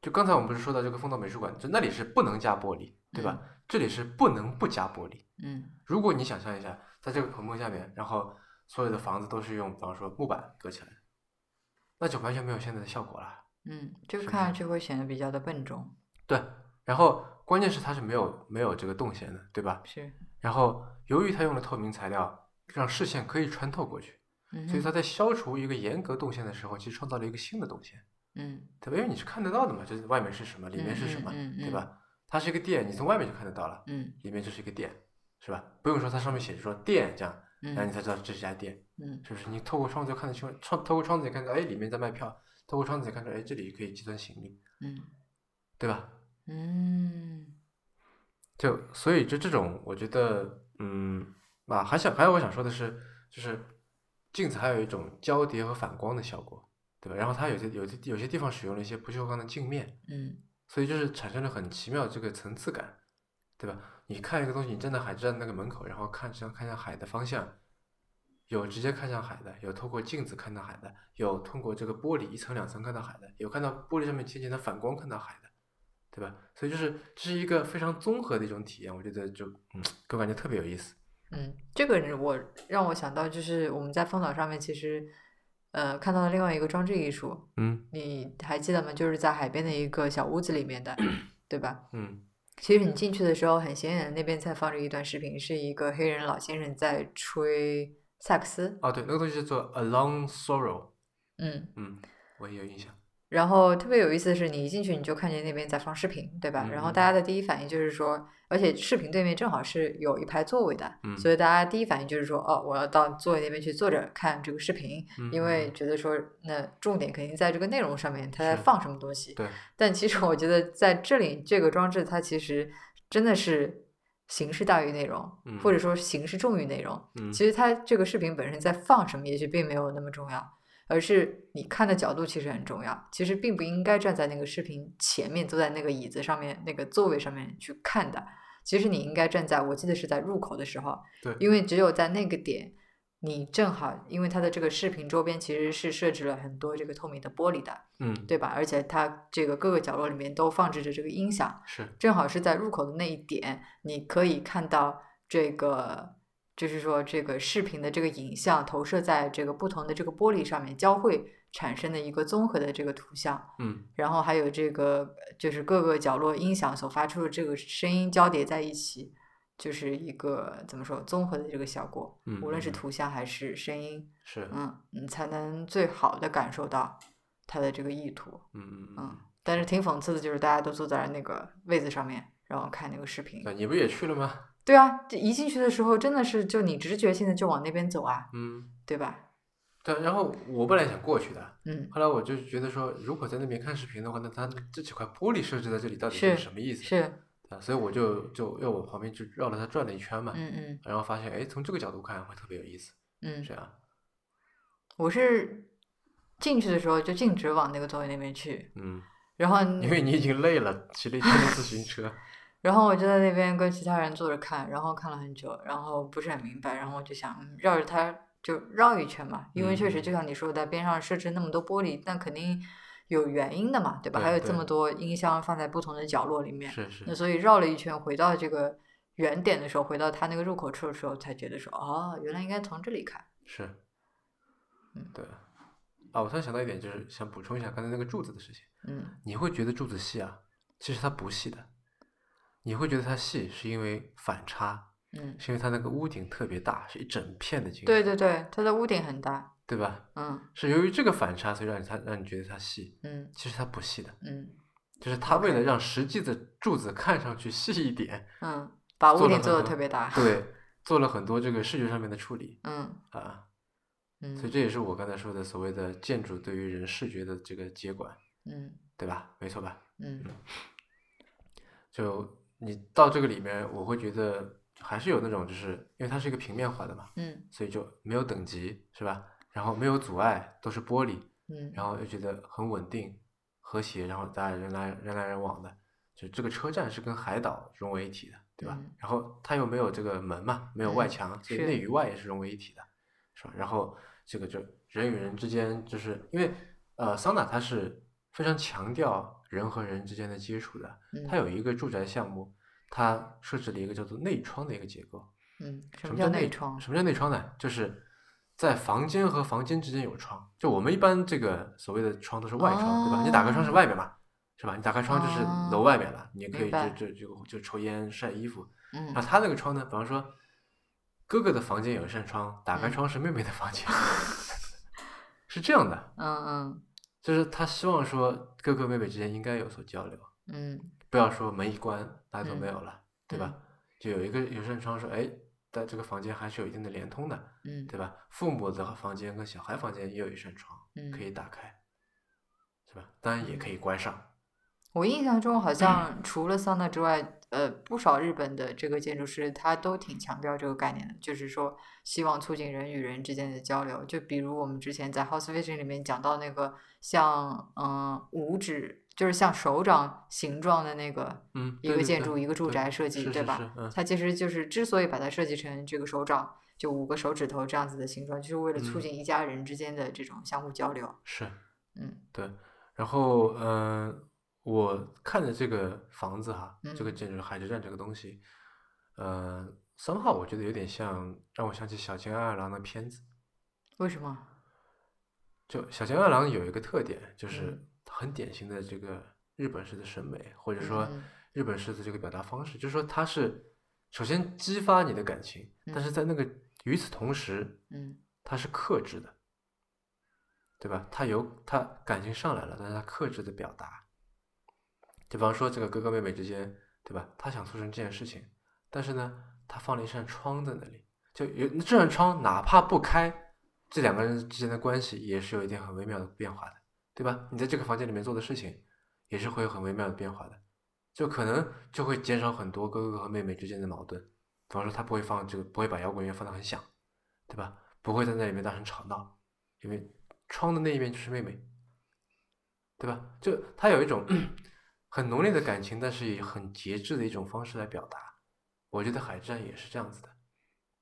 [SPEAKER 1] 就刚才我们不是说到这个风道美术馆，就那里是不能加玻璃，对吧？这里是不能不加玻璃。
[SPEAKER 2] 嗯
[SPEAKER 1] 如果你想象一下，在这个棚棚下面，然后所有的房子都是用，比方说木板隔起来，那就完全没有现在的效果了。
[SPEAKER 2] 嗯，就是
[SPEAKER 1] 不
[SPEAKER 2] 看上
[SPEAKER 1] 是
[SPEAKER 2] 去会显得比较的笨重，
[SPEAKER 1] 对，然后关键是它是没有没有这个动线的，对吧？
[SPEAKER 2] 是，
[SPEAKER 1] 然后由于它用了透明材料，让视线可以穿透过去，
[SPEAKER 2] 嗯
[SPEAKER 1] 所以
[SPEAKER 2] 哼，
[SPEAKER 1] 它在消除一个严格动线的时候，其实创造了一个新的动线，
[SPEAKER 2] 嗯
[SPEAKER 1] 对吧？因为你是看得到的嘛，就是外面是什么，里面是什么，
[SPEAKER 2] 嗯嗯嗯
[SPEAKER 1] 对吧？它是一个店，你从外面就看得到了，
[SPEAKER 2] 嗯
[SPEAKER 1] 里面就是一个店，是吧？不用说它上面写着说店这样，然后你
[SPEAKER 2] 嗯
[SPEAKER 1] 才知道这是家店。
[SPEAKER 2] 嗯
[SPEAKER 1] 就是你透过窗子就看得清，窗透过窗子也看到，哎，里面在卖票；透过窗子也看到，哎，这里可以寄存行李，
[SPEAKER 2] 嗯
[SPEAKER 1] 对吧？
[SPEAKER 2] 嗯
[SPEAKER 1] 就所以就这种，我觉得，嗯，啊，还想还有我想说的是，就是镜子还有一种交叠和反光的效果，对吧？然后它有些有些有些地方使用了一些不锈钢的镜面，
[SPEAKER 2] 嗯
[SPEAKER 1] 所以就是产生了很奇妙的这个层次感，对吧？你看一个东西，你站在海站那个门口，然后看向看向海的方向，有直接看向海的，有透过镜子看到海的，有通过这个玻璃一层两层看到海的，有看到玻璃上面浅浅的反光看到海的，对吧？所以就是这是一个非常综合的一种体验，我觉得就嗯，给我感觉特别有意思。
[SPEAKER 2] 嗯，这个人我让我想到就是我们在风岛上面其实呃看到了另外一个装置艺术，
[SPEAKER 1] 嗯
[SPEAKER 2] 你还记得吗？就是在海边的一个小屋子里 面的，对吧？
[SPEAKER 1] 嗯
[SPEAKER 2] 其实你进去的时候，很显眼的那边在放着一段视频，是一个黑人老先生在吹萨克斯，
[SPEAKER 1] 啊，对，那个东西叫做 A Long Sorrow，
[SPEAKER 2] 嗯，
[SPEAKER 1] 嗯，我也有印象。
[SPEAKER 2] 然后特别有意思的是，你一进去你就看见那边在放视频，对吧？然后
[SPEAKER 1] 嗯
[SPEAKER 2] 大家的第一反应就是说，而且视频对面正好是有一排座位的，
[SPEAKER 1] 嗯
[SPEAKER 2] 所以大家第一反应就是说，哦，我要到座位那边去坐着看这个视频，因为
[SPEAKER 1] 嗯
[SPEAKER 2] 觉得说，那重点肯定在这个内容上面，它在
[SPEAKER 1] 是
[SPEAKER 2] 放什么东西。
[SPEAKER 1] 对，
[SPEAKER 2] 但其实我觉得在这里，这个装置它其实真的是形式大于内容，或者说形式重于内容。
[SPEAKER 1] 嗯
[SPEAKER 2] 其实它这个视频本身在放什么，也许并没有那么重要，而是你看的角度其实很重要。其实并不应该站在那个视频前面，坐在那个椅子上面、那个座位上面去看的。其实你应该站在，我记得是在入口的时候，
[SPEAKER 1] 对
[SPEAKER 2] 因为只有在那个点，你正好，因为它的这个视频周边其实是设置了很多这个透明的玻璃的，
[SPEAKER 1] 嗯
[SPEAKER 2] 对吧？而且它这个各个角落里面都放置着这个音响，
[SPEAKER 1] 是，
[SPEAKER 2] 正好是在入口的那一点，你可以看到这个，就是说这个视频的这个影像投射在这个不同的这个玻璃上面交汇产生的一个综合的这个图像，
[SPEAKER 1] 嗯
[SPEAKER 2] 然后还有这个就是各个角落音响所发出的这个声音交叠在一起，就是一个怎么说综合的这个效果，
[SPEAKER 1] 嗯，
[SPEAKER 2] 无论是
[SPEAKER 1] 嗯
[SPEAKER 2] 图像还是声音，
[SPEAKER 1] 是，嗯
[SPEAKER 2] 嗯，你才能最好的感受到它的这个意图。
[SPEAKER 1] 嗯嗯
[SPEAKER 2] 嗯，但是挺讽刺的，就是大家都坐在那个位子上面，然后看那个视频。
[SPEAKER 1] 对，你不也去了吗？
[SPEAKER 2] 对啊，这一进去的时候真的是就你直觉性的就往那边走啊，
[SPEAKER 1] 嗯，
[SPEAKER 2] 对吧？
[SPEAKER 1] 对。然后我本来想过去的，
[SPEAKER 2] 嗯，
[SPEAKER 1] 后来我就觉得说，如果在那边看视频的话，那它这几块玻璃设置在这里到底是
[SPEAKER 2] 是
[SPEAKER 1] 什么意思？
[SPEAKER 2] 是，
[SPEAKER 1] 啊，所以我就就又往旁边就绕着它转了一圈嘛，
[SPEAKER 2] 嗯嗯
[SPEAKER 1] 然后发现，哎，从这个角度看会特别有意思，
[SPEAKER 2] 嗯
[SPEAKER 1] 这，样，
[SPEAKER 2] 我是进去的时候就径直往那个座位那边去，
[SPEAKER 1] 嗯，
[SPEAKER 2] 然后
[SPEAKER 1] 因为你已经累了，骑了一天的自行 车，
[SPEAKER 2] 然后我
[SPEAKER 1] 嗯
[SPEAKER 2] 就在那边跟其他人坐着看，然后看了很久，然后不是很明白，然后我就想嗯绕着它就绕一圈嘛，因为确实
[SPEAKER 1] 嗯
[SPEAKER 2] 就像你说的，边上设置那么多玻璃，但肯定有原因的嘛，对吧？
[SPEAKER 1] 对
[SPEAKER 2] 还有这
[SPEAKER 1] 对
[SPEAKER 2] 么多音箱放在不同的角落里面，
[SPEAKER 1] 是是
[SPEAKER 2] 那，所以绕了一圈回到这个原点的时候，回到它那个入口处的时候，才觉得说哦，原来应该从这里看。
[SPEAKER 1] 是
[SPEAKER 2] 嗯，
[SPEAKER 1] 对。啊，我突然想到一点，就是想补充一下刚才那个柱子的事情。
[SPEAKER 2] 嗯
[SPEAKER 1] 你会觉得柱子细啊，其实它不细的。你会觉得它细，是因为反差，
[SPEAKER 2] 嗯，
[SPEAKER 1] 是因为它那个屋顶特别大，是一整片的金属，
[SPEAKER 2] 对对对，它的屋顶很大，
[SPEAKER 1] 对吧？
[SPEAKER 2] 嗯
[SPEAKER 1] 是由于这个反差，所以让你它让你觉得它细，
[SPEAKER 2] 嗯
[SPEAKER 1] 其实它不细的，
[SPEAKER 2] 嗯
[SPEAKER 1] 就是它为了让实际的柱子看上去细一点，
[SPEAKER 2] 嗯，把屋
[SPEAKER 1] 做了
[SPEAKER 2] 顶
[SPEAKER 1] 很
[SPEAKER 2] 做的
[SPEAKER 1] 多
[SPEAKER 2] 特别大，
[SPEAKER 1] 对，做了很多这个视觉上面的处理
[SPEAKER 2] 嗯
[SPEAKER 1] 啊，所以
[SPEAKER 2] 嗯
[SPEAKER 1] 这也是我刚才说的所谓的建筑对于人视觉的这个接管，
[SPEAKER 2] 嗯
[SPEAKER 1] 对吧？没错吧？
[SPEAKER 2] 嗯
[SPEAKER 1] 就你到这个里面，我会觉得还是有那种，就是因为它是一个平面化的嘛，
[SPEAKER 2] 嗯
[SPEAKER 1] 所以就没有等级，是吧？然后没有阻碍，都是玻璃，
[SPEAKER 2] 嗯，
[SPEAKER 1] 然后又觉得很稳定、和谐，然后大家人来人来人往的，就这个车站是跟海岛融为一体的，对吧？
[SPEAKER 2] 嗯
[SPEAKER 1] 然后它又没有这个门嘛，没有外
[SPEAKER 2] 嗯
[SPEAKER 1] 墙，所以
[SPEAKER 2] 是
[SPEAKER 1] 内与外也是融为一体的，是吧？然后这个就人与人之间，就是因为呃桑拿它是非常强调人和人之间的接触的，
[SPEAKER 2] 嗯
[SPEAKER 1] 它有一个住宅项目，它设置了一个叫做内窗的一个结构。
[SPEAKER 2] 嗯，什
[SPEAKER 1] 什
[SPEAKER 2] 么
[SPEAKER 1] 么
[SPEAKER 2] 叫
[SPEAKER 1] 叫
[SPEAKER 2] 内窗？
[SPEAKER 1] 什么叫内窗呢？就是在房间和房间之间有窗。就我们一般这个所谓的窗都是外窗，对吧？你打开窗是外面嘛，是吧？你打开窗就是楼外面了，你也可
[SPEAKER 2] 哦明
[SPEAKER 1] 以
[SPEAKER 2] 白
[SPEAKER 1] 就就就就抽烟晒衣服。
[SPEAKER 2] 嗯
[SPEAKER 1] 那，他那个窗呢？比方说，哥哥的房间有一扇窗，打开
[SPEAKER 2] 嗯
[SPEAKER 1] 窗是妹妹的房间， 是这样的。
[SPEAKER 2] 嗯
[SPEAKER 1] 就是他希望说哥哥妹妹之间应该有所交流，
[SPEAKER 2] 嗯嗯
[SPEAKER 1] 不要说门一关大家都没
[SPEAKER 2] 嗯
[SPEAKER 1] 有了，对吧？就有一个有一扇窗说，哎，在这个房间还是有一定的连通的。
[SPEAKER 2] 嗯
[SPEAKER 1] 对吧？父母的房间跟小孩房间也有一扇窗
[SPEAKER 2] 嗯，
[SPEAKER 1] 可以打开，是吧？当然也可以关上。
[SPEAKER 2] 我印象中
[SPEAKER 1] 嗯
[SPEAKER 2] 好像除了桑拿之外，呃，不少日本的这个建筑师他都挺强调这个概念的，就是说希望促进人与人之间的交流。就比如我们之前在 House Vision 里面讲到那个像嗯五指，就是像手掌形状的那个
[SPEAKER 1] 嗯，
[SPEAKER 2] 一
[SPEAKER 1] 对
[SPEAKER 2] 个
[SPEAKER 1] 对
[SPEAKER 2] 建
[SPEAKER 1] 对
[SPEAKER 2] 筑一个住
[SPEAKER 1] 对
[SPEAKER 2] 宅设计，
[SPEAKER 1] 是是
[SPEAKER 2] 对吧？
[SPEAKER 1] 是嗯
[SPEAKER 2] 它其实就是之所以把它设计成这个手掌，就五个手指头这样子的形状，就是为了促
[SPEAKER 1] 嗯
[SPEAKER 2] 进一家人之间的这种相互交流。
[SPEAKER 1] 是，
[SPEAKER 2] 嗯
[SPEAKER 1] 对。然后，嗯、我看着这个房子哈，这个
[SPEAKER 2] 嗯
[SPEAKER 1] 建筑海之站这个东西，呃，三号我觉得有点像，让我想起小津安二郎的片子。
[SPEAKER 2] 为什么？
[SPEAKER 1] 就小津安二郎有一个特点，就是
[SPEAKER 2] 嗯
[SPEAKER 1] 很典型的这个日本式的审美，或者说
[SPEAKER 2] 嗯
[SPEAKER 1] 日本式的这个表达方式，就是说它是首先激发你的感情，但是在那个与此同时，
[SPEAKER 2] 嗯
[SPEAKER 1] 它是克制的，对吧？它有它感情上来了，但是它克制的表达。比方说这个哥哥妹妹之间，对吧？他想促成这件事情，但是呢，他放了一扇窗在那里，就有这扇窗哪怕不开，这两个人之间的关系也是有一点很微妙的变化的，对吧？你在这个房间里面做的事情，也是会有很微妙的变化的，就可能就会减少很多哥哥和妹妹之间的矛盾。比方说，他不会放这个，不会把摇滚乐放得很响，对吧？不会在那里面大声吵闹，因为窗的那一面就是妹妹，对吧？就他有一种 很浓烈的感情，但是以很节制的一种方式来表达。我觉得海之战也是这样子的，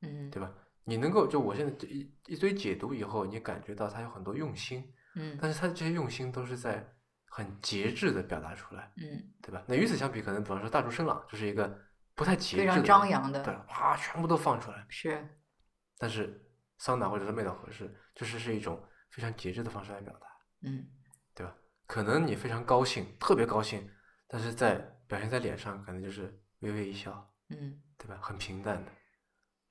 [SPEAKER 2] 嗯
[SPEAKER 1] 对吧？你能够就我现在这一一堆解读以后，你感觉到他有很多用心，
[SPEAKER 2] 嗯
[SPEAKER 1] 但是他这些用心都是在很节制的表达出来，
[SPEAKER 2] 嗯，
[SPEAKER 1] 对吧？那与此相比，可能比方说大竹伸朗就是一个不太节制
[SPEAKER 2] 非
[SPEAKER 1] 的人，
[SPEAKER 2] 常张扬
[SPEAKER 1] 对
[SPEAKER 2] 的，，
[SPEAKER 1] 哇，全部都放出来。
[SPEAKER 2] 是
[SPEAKER 1] 但是桑拿或者是妹岛合适，就是是一种非常节制的方式来表达，
[SPEAKER 2] 嗯
[SPEAKER 1] 对吧？可能你非常高兴，特别高兴，但是在表现在脸上，可能就是微微一笑，
[SPEAKER 2] 嗯
[SPEAKER 1] 对吧？很平淡的。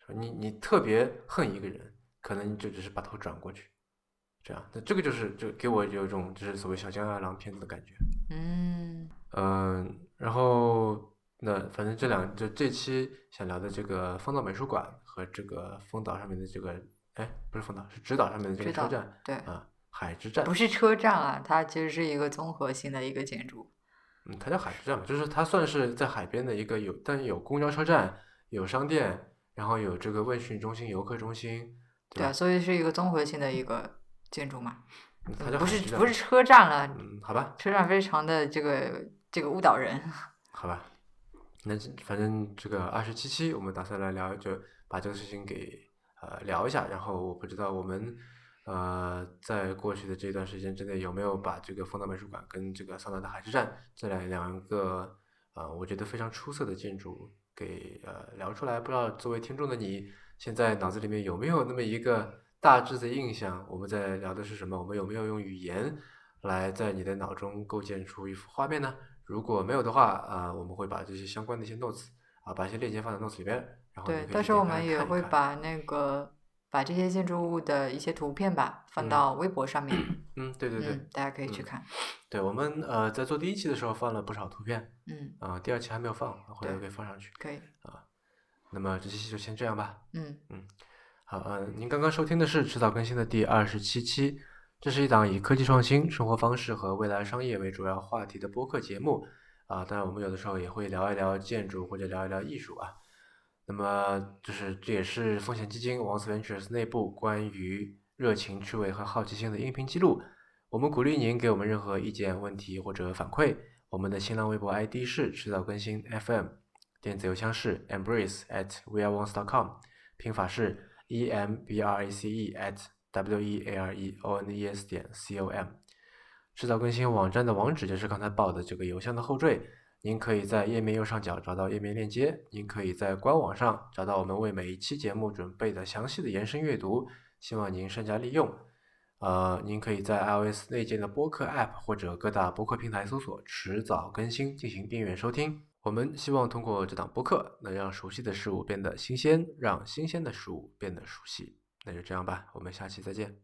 [SPEAKER 1] 是吧你你特别恨一个人，可能你就只是把头转过去，这样。那这个就是就给我有一种就是所谓小江二郎片子的感觉。
[SPEAKER 2] 嗯
[SPEAKER 1] 嗯，然后那反正这两就这期想聊的这个丰岛美术馆和这个丰岛上面的这个，哎，不是丰岛，是直岛上面的这个
[SPEAKER 2] 知道
[SPEAKER 1] 车站
[SPEAKER 2] 对，
[SPEAKER 1] 啊，海之站
[SPEAKER 2] 不，是车站啊，它其实是一个综合性的一个建筑。
[SPEAKER 1] 嗯，它叫海之站嘛，就是它算是在海边的一个有，但有公交车站，有商店，然后有这个问询中心、游客中心，对
[SPEAKER 2] 对啊，
[SPEAKER 1] 吧？
[SPEAKER 2] 所以是一个综合性的一个建筑嘛，
[SPEAKER 1] 嗯它
[SPEAKER 2] 嗯
[SPEAKER 1] 叫
[SPEAKER 2] 不
[SPEAKER 1] 海
[SPEAKER 2] 是
[SPEAKER 1] 之站
[SPEAKER 2] 不是，车站了，
[SPEAKER 1] 嗯，好吧，
[SPEAKER 2] 车站非常的这个这个误导人。
[SPEAKER 1] 好吧，那这反正这个二十七期我们打算来聊，就把这个事情给呃聊一下。然后我不知道我们呃在过去的这段时间之内有没有把这个丰岛美术馆跟这个桑拿的海之站这两两个呃我觉得非常出色的建筑给呃聊出来。不知道作为听众的你现在脑子里面有没有那么一个大致的印象？我们在聊的是什么？我们有没有用语言来在你的脑中构建出一幅画面呢？如果没有的话，呃，我们会把这些相关的一些 notes 啊，把一些链接放在 notes 里边，然哦后你
[SPEAKER 2] 对
[SPEAKER 1] 可，以
[SPEAKER 2] 到
[SPEAKER 1] 去
[SPEAKER 2] 时候我
[SPEAKER 1] 点开
[SPEAKER 2] 们也
[SPEAKER 1] 看一
[SPEAKER 2] 会
[SPEAKER 1] 看
[SPEAKER 2] 把那个把这些建筑物的一些图片吧放
[SPEAKER 1] 嗯
[SPEAKER 2] 到微博上面，
[SPEAKER 1] 嗯，对对
[SPEAKER 2] 嗯，
[SPEAKER 1] 对，
[SPEAKER 2] 大家可以去
[SPEAKER 1] 嗯
[SPEAKER 2] 看，
[SPEAKER 1] 对我们呃在做第一期的时候放了不少图片
[SPEAKER 2] 嗯，
[SPEAKER 1] 啊、第二期还没有放，回头
[SPEAKER 2] 对
[SPEAKER 1] 可以放上去。
[SPEAKER 2] 可以，
[SPEAKER 1] 那么这期就先这样吧。
[SPEAKER 2] 嗯
[SPEAKER 1] 好，呃，您刚刚收听的是迟早更新的第二十七期，这是一档以科技创新、生活方式和未来商业为主要话题的播客节目啊。当然，我们有的时候也会聊一聊建筑或者聊一聊艺术啊。那么，就是这也是风险基金王思 Ventures 内部关于热情、趣味和好奇心的音频记录。我们鼓励您给我们任何意见、问题或者反馈。我们的新浪微博 ID 是迟早更新 FM，电子邮箱是 embrace at weareones.com，拼法是 e m b r a c e at w e a r e o n e s 点 c o m。迟早更新网站的网址就是刚才报的这个邮箱的后缀。您可以在页面右上角找到页面链接，您可以在官网上找到我们为每一期节目准备的详细的延伸阅读，希望您善加利用。呃，您可以在 iOS 内建的播客 App 或者各大播客平台搜索“迟早更新”进行订阅收听。我们希望通过这档播客，能让熟悉的事物变得新鲜，让新鲜的事物变得熟悉。那就这样吧，我们下期再见。